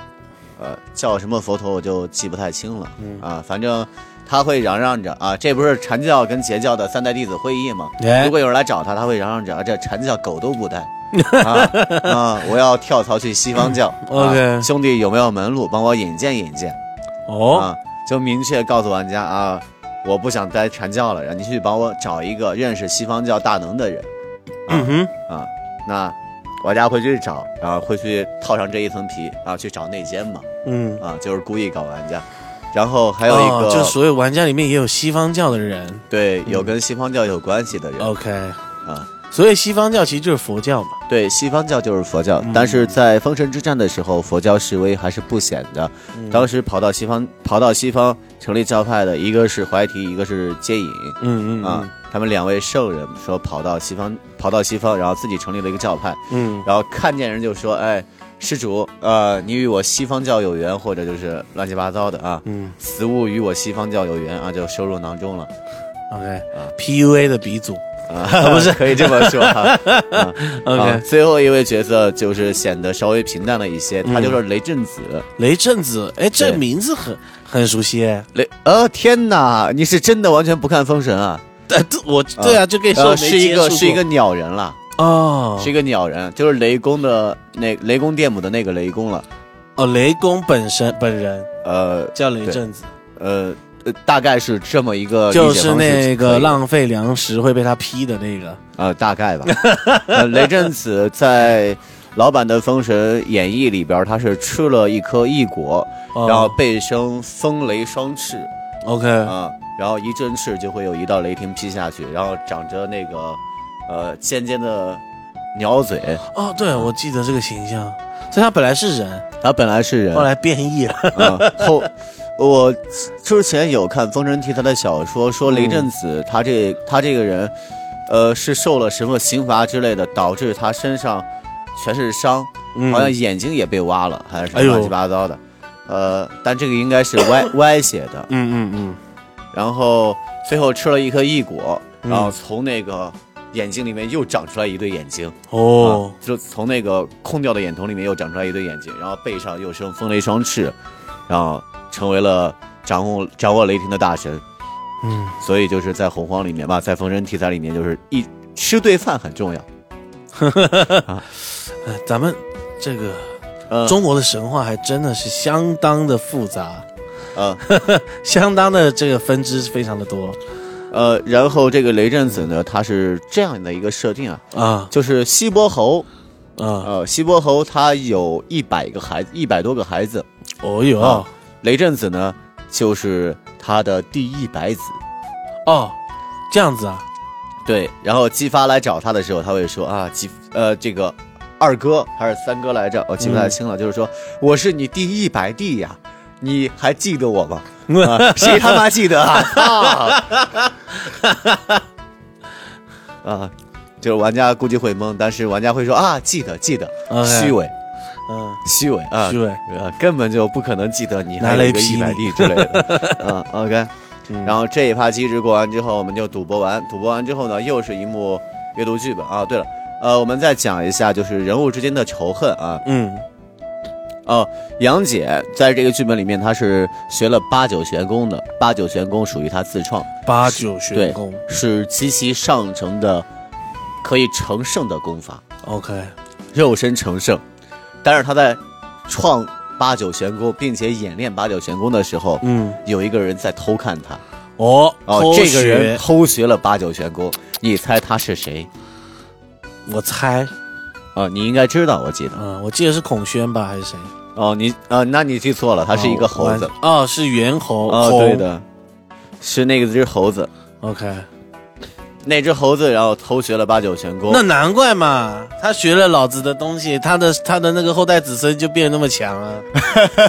[SPEAKER 1] 呃，叫什么佛陀我就记不太清了，
[SPEAKER 4] 嗯
[SPEAKER 1] 啊，反正。他会嚷嚷着啊，这不是禅教跟截教的三代弟子会议吗？
[SPEAKER 4] 哎
[SPEAKER 1] 如果有人来找他，他会嚷嚷着啊，这禅教狗都不带
[SPEAKER 4] *laughs*
[SPEAKER 1] 啊啊！我要跳槽去西方教。啊、
[SPEAKER 4] 嗯 OK
[SPEAKER 1] 兄弟有没有门路？帮我引荐引荐。
[SPEAKER 4] 哦，
[SPEAKER 1] 啊，就明确告诉玩家啊，我不想待传教了，然后你去帮我找一个认识西方教大能的人
[SPEAKER 4] 嗯哼，
[SPEAKER 1] 啊。那玩家会去找，然后会去套上这一层皮啊，去找内奸嘛
[SPEAKER 4] 嗯，
[SPEAKER 1] 啊，就是故意搞玩家。然后还
[SPEAKER 4] 还
[SPEAKER 1] 有一个、
[SPEAKER 4] 哦就是所有玩家里面也有西方教的人
[SPEAKER 1] 对有跟西方教有关系的人、
[SPEAKER 4] ，OK，
[SPEAKER 1] 啊，
[SPEAKER 4] 所以西方教其实就是佛教嘛，
[SPEAKER 1] 对，西方教就是佛
[SPEAKER 4] 嗯
[SPEAKER 1] 教，但是在封神之战的时候，佛教示威还是不显的。
[SPEAKER 4] 嗯
[SPEAKER 1] 当时跑到西方，跑到西方成立教派的，一个是怀提，一个是接引
[SPEAKER 4] 嗯嗯
[SPEAKER 1] 啊，他们两位圣人说跑到西方，跑到西方，然后自己成立了一个教派，
[SPEAKER 4] 嗯
[SPEAKER 1] 然后看见人就说：“哎，施主，呃，你与我西方教有缘，或者就是乱七八糟的啊，
[SPEAKER 4] 嗯
[SPEAKER 1] 此物与我西方教有缘啊，就收入囊中了。”
[SPEAKER 4] ，OK，PUA 的鼻祖
[SPEAKER 1] 啊，不是 *laughs* 可以这么说
[SPEAKER 4] *laughs*
[SPEAKER 1] 哈。啊
[SPEAKER 4] ，OK，
[SPEAKER 1] 最后一位角色就是显得稍微平淡了一些，他
[SPEAKER 4] 嗯
[SPEAKER 1] 就是雷震子。
[SPEAKER 4] 雷震子，哎，这
[SPEAKER 1] 对
[SPEAKER 4] 名字很很熟悉哎，
[SPEAKER 1] 雷，呃，天哪，你是真的完全不看封神啊？
[SPEAKER 4] 但我对啊，就跟你说
[SPEAKER 1] 呃，
[SPEAKER 4] 没
[SPEAKER 1] 是一
[SPEAKER 4] 接
[SPEAKER 1] 个
[SPEAKER 4] 触
[SPEAKER 1] 是一
[SPEAKER 4] 过
[SPEAKER 1] 个鸟人了，
[SPEAKER 4] 哦，
[SPEAKER 1] 是一个鸟人，就是雷公的那雷公电母的那个雷公了。
[SPEAKER 4] 哦，雷公本身本人
[SPEAKER 1] 呃
[SPEAKER 4] 叫雷
[SPEAKER 1] 对
[SPEAKER 4] 震子，
[SPEAKER 1] 呃。呃大概是这么呃一个理解
[SPEAKER 4] 就
[SPEAKER 1] 方式，
[SPEAKER 4] 是那
[SPEAKER 1] 可
[SPEAKER 4] 个
[SPEAKER 1] 以
[SPEAKER 4] 浪费粮食会被他批的那个，
[SPEAKER 1] 呃，大概吧。 *laughs* 呃、雷震子在老版的《封神演义》里边，他是吃了一颗异果，
[SPEAKER 4] 哦
[SPEAKER 1] 然后被生风雷双翅
[SPEAKER 4] OK，
[SPEAKER 1] 啊、然后一振翅就会有一道雷霆劈下去，然后长着那个呃尖尖的鸟嘴。
[SPEAKER 4] 哦，对，我记得这个形象，所以他本来是人，
[SPEAKER 1] 他本来是人，
[SPEAKER 4] 后来变异了，
[SPEAKER 1] 啊，后我之前有看风神题材的小说，说雷震子他这他这个人，呃，是受了什么刑罚之类的，导致他身上全是伤，*laughs*
[SPEAKER 4] 嗯
[SPEAKER 1] 好像眼睛也被挖了，还是什
[SPEAKER 4] 哎
[SPEAKER 1] 么
[SPEAKER 4] 呦
[SPEAKER 1] 乱七八糟的。呃，但这个应该是歪歪写的。
[SPEAKER 4] 嗯嗯嗯，
[SPEAKER 1] 然后最后吃了一颗异果，
[SPEAKER 4] 嗯
[SPEAKER 1] 然后从那个眼睛里面又长出来一对眼睛。啊，，
[SPEAKER 4] 哦
[SPEAKER 1] 就从那个空掉的眼瞳里面又长出来一对眼睛，然后背上又生风雷双翅，然后成为了掌握掌握雷霆的大神。啊
[SPEAKER 4] 嗯，
[SPEAKER 1] 所以就是在洪荒里面吧，在封神题材里面，就是一吃对饭很重要。
[SPEAKER 4] 嗯 *laughs* 哎咱们这个
[SPEAKER 1] 啊呃
[SPEAKER 4] 中国的神话还真的是相当的复杂，
[SPEAKER 1] 呃
[SPEAKER 4] 相当的这个分支非常的多
[SPEAKER 1] 呃，然后这个雷震子呢，他是这样的一个设定啊，
[SPEAKER 4] 啊
[SPEAKER 1] 就是西伯侯，
[SPEAKER 4] 啊，
[SPEAKER 1] 呃，西伯侯他有一百个孩子，一百多个孩子，
[SPEAKER 4] 哦哟
[SPEAKER 1] 啊雷震子呢就是他的第一百子。
[SPEAKER 4] 哦，这样子啊，
[SPEAKER 1] 对，然后姬发来找他的时候，他会说啊，姬呃这个二哥还是三哥来着，我记
[SPEAKER 4] 嗯
[SPEAKER 1] 不太清了，就是说我是你第一百弟呀。你还记得
[SPEAKER 4] *laughs*
[SPEAKER 1] 我吗？啊、谁他妈记得啊？啊， *laughs* 啊就是玩家估计会懵，但是玩家会说啊，记得记得，
[SPEAKER 4] OK
[SPEAKER 1] 虚伪
[SPEAKER 4] 嗯，
[SPEAKER 1] 虚伪啊，
[SPEAKER 4] 虚伪
[SPEAKER 1] 呃，根本就不可能记得你
[SPEAKER 4] 拿
[SPEAKER 1] 还有
[SPEAKER 4] 雷
[SPEAKER 1] 一个一
[SPEAKER 4] 劈
[SPEAKER 1] 百
[SPEAKER 4] 你
[SPEAKER 1] 弟之类
[SPEAKER 4] *laughs*
[SPEAKER 1] 的。嗯，OK。然后这一趴机制过完之后，我们就赌博完，赌博完之后呢，又是一幕阅读剧本啊。对了，呃，我们再讲一下就是人物之间的仇恨啊。
[SPEAKER 4] 嗯，
[SPEAKER 1] 哦，杨姐在这个剧本里面，她是学了八九玄功的，八九玄功属于她自创，
[SPEAKER 4] 八九玄
[SPEAKER 1] 对
[SPEAKER 4] 功，
[SPEAKER 1] 是极其上乘的，可以成圣的功法，
[SPEAKER 4] ，OK，
[SPEAKER 1] 肉身成圣。但是她在创八九玄功，并且演练八九玄功的时候，
[SPEAKER 4] 嗯，
[SPEAKER 1] 有一个人在偷看她。
[SPEAKER 4] 哦，
[SPEAKER 1] 哦
[SPEAKER 4] 偷，
[SPEAKER 1] 这个人
[SPEAKER 4] 学
[SPEAKER 1] 偷学了八九玄功，你猜他是谁？
[SPEAKER 4] 我猜，
[SPEAKER 1] 啊、你应该知道，我记得。
[SPEAKER 4] 嗯，我记得是孔宣吧，还是谁？
[SPEAKER 1] 哦，你啊、那你记错了，他是一个猴子。
[SPEAKER 4] 哦，我哦是猿猴，
[SPEAKER 1] 哦，
[SPEAKER 4] 猴
[SPEAKER 1] 对的，哦是那个只猴子，
[SPEAKER 4] ，OK，
[SPEAKER 1] 那只猴子然后偷学了八九玄功。
[SPEAKER 4] 那难怪嘛，他学了老子的东西，他的他的那个后代子孙就变得那么
[SPEAKER 1] *laughs*
[SPEAKER 4] 强啊。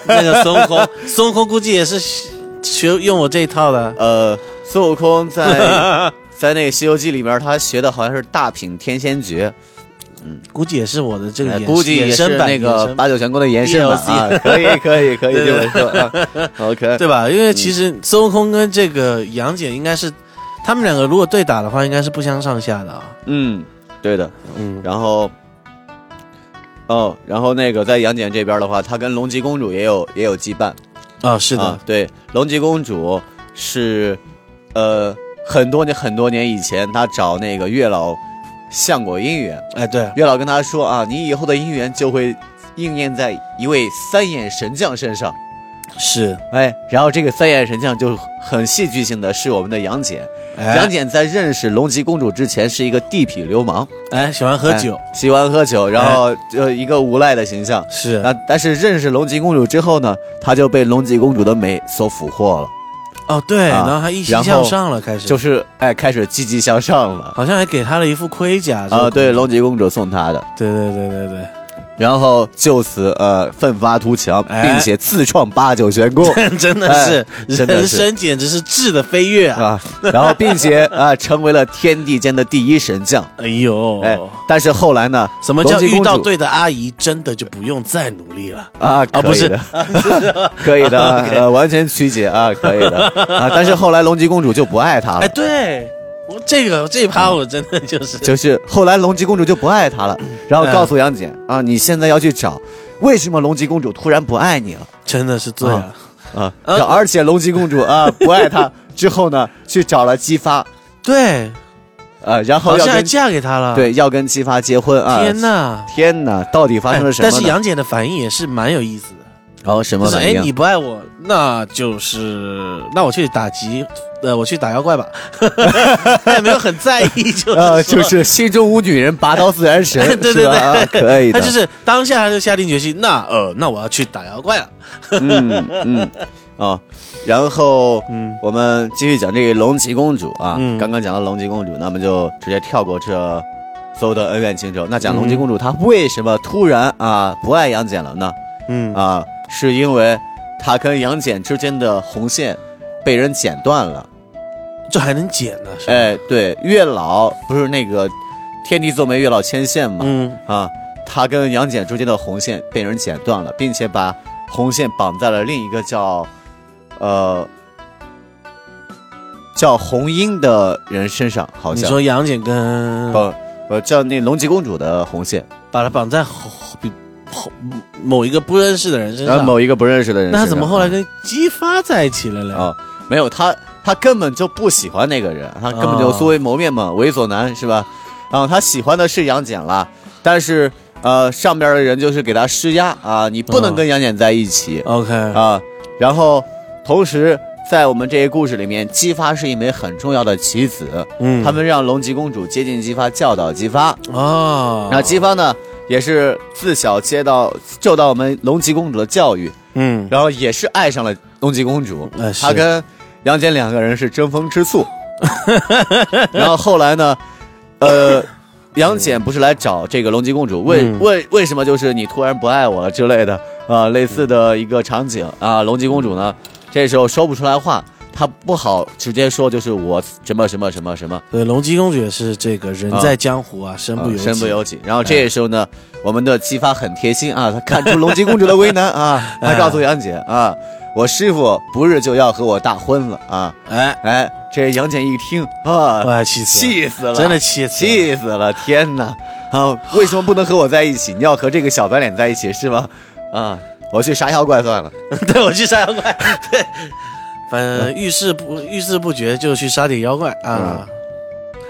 [SPEAKER 4] 那个孙悟空，孙悟空估计也是学学用我这一套的。
[SPEAKER 1] 呃，孙悟空
[SPEAKER 4] *laughs*
[SPEAKER 1] 在在那个《西游记》里面，他学的好像是大品天仙诀，
[SPEAKER 4] 估计也是我的这个
[SPEAKER 1] 哎
[SPEAKER 4] 衍
[SPEAKER 1] 估计
[SPEAKER 4] 衍
[SPEAKER 1] 也
[SPEAKER 4] 生
[SPEAKER 1] 是
[SPEAKER 4] 版
[SPEAKER 1] 那
[SPEAKER 4] 衍
[SPEAKER 1] 个
[SPEAKER 4] 生
[SPEAKER 1] 八九玄功的延伸版啊。可以，可以，可以
[SPEAKER 4] *laughs*
[SPEAKER 1] 这么说啊。OK，
[SPEAKER 4] 对吧？因
[SPEAKER 1] 嗯
[SPEAKER 4] 为其实孙悟空跟这个杨戬应该是，他们两个如果对打的话，应该是不相上下的啊。
[SPEAKER 1] 嗯，对的。
[SPEAKER 4] 嗯，
[SPEAKER 1] 然后，哦，然后那个在杨戬这边的话，他跟龙吉公主也有也有羁绊。
[SPEAKER 4] 啊，是的
[SPEAKER 1] 啊，，对，龙吉公主是，呃，很多年很多年以前，她找那个月老相果姻缘，
[SPEAKER 4] 哎，对，
[SPEAKER 1] 月老跟她说啊，你以后的姻缘就会应验在一位三眼神将身上。
[SPEAKER 4] 是，
[SPEAKER 1] 哎，然后这个三眼神将就很戏剧性的是我们的杨戬。杨
[SPEAKER 4] 哎，
[SPEAKER 1] 戬在认识龙吉公主之前是一个地痞流氓，
[SPEAKER 4] 哎，喜欢喝
[SPEAKER 1] 哎
[SPEAKER 4] 酒，哎
[SPEAKER 1] 喜欢喝酒，然后呃一个无赖的形象。
[SPEAKER 4] 是
[SPEAKER 1] 那但是认识龙吉公主之后呢，他就被龙吉公主的美所俘获了。
[SPEAKER 4] 哦，对，
[SPEAKER 1] 啊
[SPEAKER 4] 然后他一心
[SPEAKER 1] 然后
[SPEAKER 4] 向上了，开始
[SPEAKER 1] 就是哎，开始积极向上了。
[SPEAKER 4] 好像还给他了一副盔甲
[SPEAKER 1] 啊，对，
[SPEAKER 4] 对
[SPEAKER 1] 龙脊公主送她的，
[SPEAKER 4] 对对对对，
[SPEAKER 1] 然后就此呃奋发图强，
[SPEAKER 4] 哎
[SPEAKER 1] 并且自创八九玄
[SPEAKER 4] *laughs*
[SPEAKER 1] 功 *laughs*
[SPEAKER 4] 真的是、
[SPEAKER 1] 哎真的
[SPEAKER 4] 人
[SPEAKER 1] 是
[SPEAKER 4] 生简直是质的飞跃啊！
[SPEAKER 1] 啊，然后并且啊、成为了天地间的第一神将。
[SPEAKER 4] 哎呦，
[SPEAKER 1] 哎，但是后来呢？
[SPEAKER 4] 什么叫
[SPEAKER 1] 龙脊
[SPEAKER 4] 遇
[SPEAKER 1] 公
[SPEAKER 4] 到
[SPEAKER 1] 主
[SPEAKER 4] 对的阿姨，真的就不用再努力了？
[SPEAKER 1] 啊？
[SPEAKER 4] 啊，
[SPEAKER 1] 可
[SPEAKER 4] 不
[SPEAKER 1] 以
[SPEAKER 4] 是
[SPEAKER 1] 的， *laughs* 可以的，啊呃，完全曲解啊，可以的啊。但是后来龙脊公主就不爱他
[SPEAKER 4] 哎，
[SPEAKER 1] 了，
[SPEAKER 4] 对，我这个这一
[SPEAKER 1] 啊
[SPEAKER 4] 趴我真的就是，
[SPEAKER 1] *laughs* 就是后来龙脊公主就不爱他了，然后告诉杨戬啊，你现在要去找为什么龙脊公主突然不爱你了
[SPEAKER 4] 真的是醉了。
[SPEAKER 1] 啊？
[SPEAKER 4] 呃
[SPEAKER 1] 而且龙脊公主 *laughs* 啊不爱他之后呢，去找了姬发
[SPEAKER 4] 对，
[SPEAKER 1] 啊，然后
[SPEAKER 4] 好
[SPEAKER 1] 要
[SPEAKER 4] 像还
[SPEAKER 1] 跟
[SPEAKER 4] 嫁给他了。，
[SPEAKER 1] 对要跟姬发结婚啊。
[SPEAKER 4] 天！哪！
[SPEAKER 1] 天哪！到底发生了什么
[SPEAKER 4] 哎
[SPEAKER 1] 呢？
[SPEAKER 4] 但是杨戬的反应也是蛮有意思的，
[SPEAKER 1] 然后哦什么
[SPEAKER 4] 就是
[SPEAKER 1] 反
[SPEAKER 4] 哎，
[SPEAKER 1] 应？啊
[SPEAKER 4] 你不爱我，那就是那我去打击，呃，我去打妖
[SPEAKER 1] *laughs*
[SPEAKER 4] 怪吧。他也没有很在意，就是说、
[SPEAKER 1] 呃，就是心中无女人，拔刀自然神，
[SPEAKER 4] *laughs*
[SPEAKER 1] *laughs*
[SPEAKER 4] 对对
[SPEAKER 1] 是吧啊
[SPEAKER 4] 对，
[SPEAKER 1] 可以的。
[SPEAKER 4] *laughs* 他就是当下他就下定决心，那呃，那我要去打妖怪了。
[SPEAKER 1] 嗯嗯啊，然后
[SPEAKER 4] 嗯
[SPEAKER 1] 我们继续讲这个龙骑公主啊，
[SPEAKER 4] 嗯
[SPEAKER 1] 刚刚讲到龙骑公主，那么就直接跳过这所有的恩怨情仇。那讲龙骑公主她为什么突然啊不爱杨戬了呢？
[SPEAKER 4] 嗯
[SPEAKER 1] 啊，是因为她跟杨戬之间的红线被人剪断了。
[SPEAKER 4] 这还能剪呢？是吧，
[SPEAKER 1] 哎，对，月老不是那个天地作媒月老牵线嘛？
[SPEAKER 4] 嗯，
[SPEAKER 1] 啊，他跟杨戬之间的红线被人剪断了，并且把红线绑在了另一个叫呃叫红英的人身上，好
[SPEAKER 4] 你
[SPEAKER 1] 像
[SPEAKER 4] 说杨戬跟
[SPEAKER 1] 不呃叫那龙脊公主的红线，
[SPEAKER 4] 把他绑在后比后某一个不认识的人身
[SPEAKER 1] 然后
[SPEAKER 4] 上，
[SPEAKER 1] 某一个不认识的人身
[SPEAKER 4] 那
[SPEAKER 1] 上，
[SPEAKER 4] 他怎么后来跟姬发在一起了嘞？
[SPEAKER 1] 啊、没有他他根本就不喜欢那个人，他根本就
[SPEAKER 4] 哦
[SPEAKER 1] 素未谋面嘛，猥琐男是吧？然后他喜欢的是杨戬啦，但是呃上边的人就是给他施压啊，你不能
[SPEAKER 4] 哦
[SPEAKER 1] 跟杨戬在一起，
[SPEAKER 4] OK，
[SPEAKER 1] 啊，然后同时在我们这些故事里面，姬发是一枚很重要的棋子，
[SPEAKER 4] 嗯，
[SPEAKER 1] 他们让龙脊公主接近姬发，教导姬发。
[SPEAKER 4] 哦，
[SPEAKER 1] 那姬发呢，也是自小接到受到我们龙脊公主的教育，
[SPEAKER 4] 嗯，
[SPEAKER 1] 然后也是爱上了龙脊公主
[SPEAKER 4] 呃。是
[SPEAKER 1] 她嗯跟杨戬两个人是争风吃
[SPEAKER 4] *laughs*
[SPEAKER 1] 醋，然后后来呢，呃。杨戬不是来找这个龙脊公主，为
[SPEAKER 4] 嗯
[SPEAKER 1] 为为什么就是你突然不爱我了之类的啊，类似的一个场景啊。龙脊公主呢，这时候说不出来话，她不好直接说，就是我什么什么什么什么，
[SPEAKER 4] 对，龙姬公主也是这个人在江湖啊，身不由
[SPEAKER 1] 啊哦身不
[SPEAKER 4] 己哎
[SPEAKER 1] 由己。然后这时候呢，我们的姬发很贴心啊，他看出龙姬公主的为难啊，他告诉杨戬啊，我师傅不日就要和我大婚了啊。
[SPEAKER 4] 哎，
[SPEAKER 1] 哎，这杨戬一听啊，
[SPEAKER 4] 哇，气死了，
[SPEAKER 1] 气死了，
[SPEAKER 4] 真的啊气死
[SPEAKER 1] *laughs*
[SPEAKER 4] 了
[SPEAKER 1] 气死了，天哪！啊，为什么不能和我在一起？你要和这个小白脸在一起是吗？啊，我去杀妖怪算了。
[SPEAKER 4] 对我去杀妖怪，对， *laughs* 反正
[SPEAKER 1] 嗯
[SPEAKER 4] 遇事不遇事不决就去杀点妖怪啊。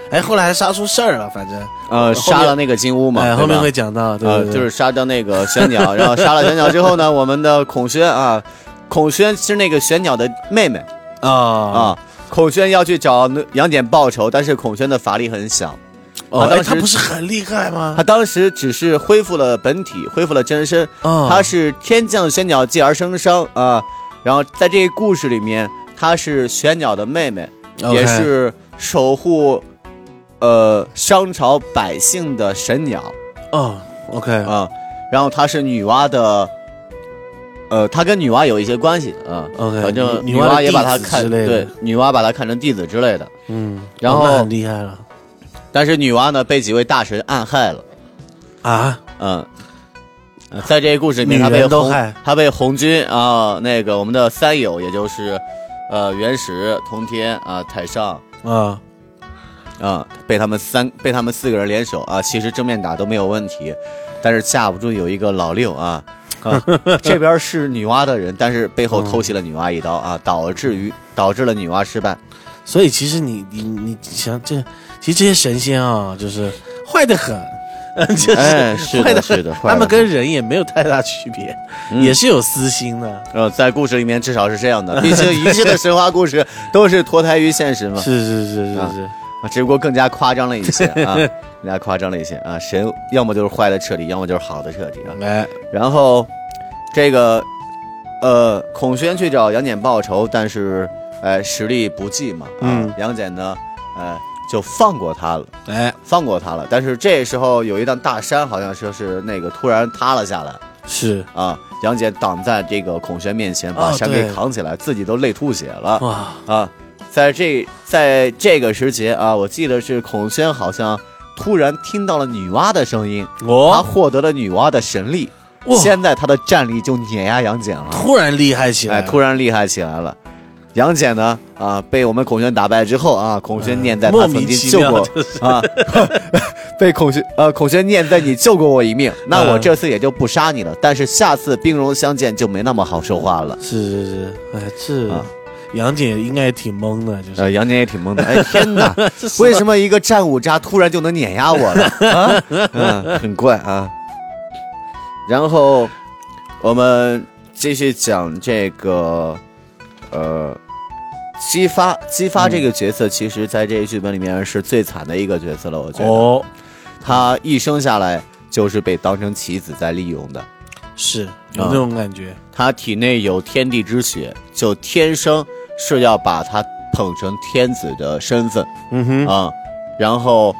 [SPEAKER 4] 哎，后来还杀出事儿了，反正
[SPEAKER 1] 呃，
[SPEAKER 4] 后面
[SPEAKER 1] 杀了那个金乌嘛，
[SPEAKER 4] 哎，
[SPEAKER 1] 对吧
[SPEAKER 4] 后面会讲到，对
[SPEAKER 1] 呃，
[SPEAKER 4] 对，对
[SPEAKER 1] 就是杀掉那个玄
[SPEAKER 4] *laughs*
[SPEAKER 1] 鸟，然后杀了玄鸟之后呢，我们的孔宣啊，孔宣是那个玄鸟的妹妹
[SPEAKER 4] 啊啊，
[SPEAKER 1] 啊。孔宣要去找杨戬报仇，但是孔宣的法力很小，
[SPEAKER 4] 哦
[SPEAKER 1] 啊他当
[SPEAKER 4] 哎他
[SPEAKER 1] 时
[SPEAKER 4] 不是很厉害吗
[SPEAKER 1] 他？当时只是恢复了本体，恢复了真身。
[SPEAKER 4] 啊
[SPEAKER 1] 他是天降玄鸟，继而生伤啊。然后在这个故事里面，她是玄鸟的妹妹，
[SPEAKER 4] OK
[SPEAKER 1] 也是守护呃商朝百姓的神鸟。
[SPEAKER 4] 哦，OK，
[SPEAKER 1] 啊，然后她是女娲的，呃，她跟女娲有一些关系啊。
[SPEAKER 4] OK，
[SPEAKER 1] 反正女
[SPEAKER 4] 女女娲的
[SPEAKER 1] 娲也把她
[SPEAKER 4] 弟子
[SPEAKER 1] 看
[SPEAKER 4] 之类的
[SPEAKER 1] 对，女娲把她看成弟子之类的。
[SPEAKER 4] 嗯，
[SPEAKER 1] 然
[SPEAKER 4] 哦
[SPEAKER 1] 后
[SPEAKER 4] 那很厉害了
[SPEAKER 1] 但是女娲呢，被几位大神暗害了。
[SPEAKER 4] 啊，
[SPEAKER 1] 嗯，呃在这个故事里面，
[SPEAKER 4] 女
[SPEAKER 1] 她被
[SPEAKER 4] 人都
[SPEAKER 1] 红
[SPEAKER 4] 害，
[SPEAKER 1] 她被红军啊，那个我们的三友，也就是呃元始、通天啊、太上。
[SPEAKER 4] 啊，
[SPEAKER 1] 啊、被他们三被他们四个人联手啊，其实正面打都没有问题，但是架不住有一个老六
[SPEAKER 4] *laughs*
[SPEAKER 1] 啊，啊这边是女娲的人，但是背后偷袭了女娲一刀啊，导致于导致了女娲失
[SPEAKER 4] *laughs*
[SPEAKER 1] 败。
[SPEAKER 4] 所以其实你你你想这，其实这些神仙啊，就是坏的很， *laughs* 嗯，就是
[SPEAKER 1] 哎是的
[SPEAKER 4] 坏得
[SPEAKER 1] 是的
[SPEAKER 4] *laughs*
[SPEAKER 1] 嗯
[SPEAKER 4] 很
[SPEAKER 1] 坏得
[SPEAKER 4] 他们
[SPEAKER 1] 很
[SPEAKER 4] 跟人也没有太大区别，也是有私心的。
[SPEAKER 1] 呃，在故事里面至少是这样的，毕竟一切的神话故事都是脱胎于现实嘛，
[SPEAKER 4] 是是是是
[SPEAKER 1] 啊
[SPEAKER 4] 是，
[SPEAKER 1] 啊，只不过更加夸张了一些
[SPEAKER 4] *laughs*
[SPEAKER 1] 啊，更加夸张了一些啊，神要么就是坏的彻底，要么就是好的彻底啊。
[SPEAKER 4] 哎，
[SPEAKER 1] 然后这个呃，孔宣去找杨戬报仇，但是呃，实力不济嘛，啊、
[SPEAKER 4] 嗯
[SPEAKER 1] 杨戬呢，呃，就放过他了，
[SPEAKER 4] 哎，
[SPEAKER 1] 放过他了。但是这时候有一辆大山，好像说是那个突然塌了下来
[SPEAKER 4] 是
[SPEAKER 1] 啊，杨戬挡在这个孔宣面前，把
[SPEAKER 4] 啊
[SPEAKER 1] 山给
[SPEAKER 4] 对哦
[SPEAKER 1] 扛起来，自己都累吐血了。
[SPEAKER 4] 哇，
[SPEAKER 1] 啊，在这在这个时节啊，我记得是孔宣好像突然听到了女娲的声音，他
[SPEAKER 4] 哦，
[SPEAKER 1] 获得了女娲的神力，
[SPEAKER 4] 哇
[SPEAKER 1] 现在他的战力就碾压杨戬了，
[SPEAKER 4] 突然厉害起来
[SPEAKER 1] 哎，
[SPEAKER 4] 了，
[SPEAKER 1] 突然厉害起来了。杨戬呢？啊，被我们孔宣打败之后啊，孔宣念在他
[SPEAKER 4] 嗯莫
[SPEAKER 1] 曾
[SPEAKER 4] 名
[SPEAKER 1] 经
[SPEAKER 4] 其
[SPEAKER 1] 救
[SPEAKER 4] 妙
[SPEAKER 1] 过、啊， *laughs* 被孔宣呃孔宣念在你救过我一命，那我
[SPEAKER 4] 嗯
[SPEAKER 1] 这次也就不杀你了。但是下次兵戎相见就没那么好说话了。
[SPEAKER 4] 是是是，哎，这、
[SPEAKER 1] 啊
[SPEAKER 4] 杨姐应该也挺懵的，就是、
[SPEAKER 1] 呃，杨戬也挺懵的。哎，天哪，为什么一个战五渣突然就能碾压我了？啊，嗯，很怪啊。然后我们继续讲这个，呃，姬发，姬发这个角色，其实在这个剧本里面是最惨的一个角色了。我觉得、
[SPEAKER 4] 哦，
[SPEAKER 1] 他一生下来就是被当成棋子在利用的。
[SPEAKER 4] 是有
[SPEAKER 1] 啊
[SPEAKER 4] 那种感觉，
[SPEAKER 1] 他体内有天地之血，就天生是要把他捧成天子的身份。
[SPEAKER 4] 嗯哼，
[SPEAKER 1] 啊，然后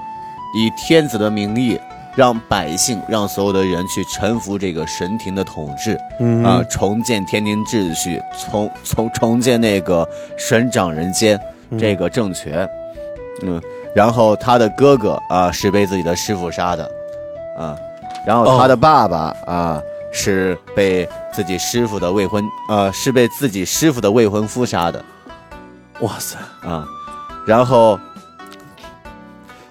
[SPEAKER 1] 以天子的名义，让百姓、让所有的人去臣服这个神庭的统治，
[SPEAKER 4] 嗯
[SPEAKER 1] 啊，重建天庭秩序，重重重建那个神掌人间这个政权，嗯，然后他的哥哥啊是被自己的师傅杀的，啊，然后他的爸爸、啊是被自己师傅的未婚呃是被自己师傅的未婚夫杀的，
[SPEAKER 4] 哇塞，
[SPEAKER 1] 啊，然后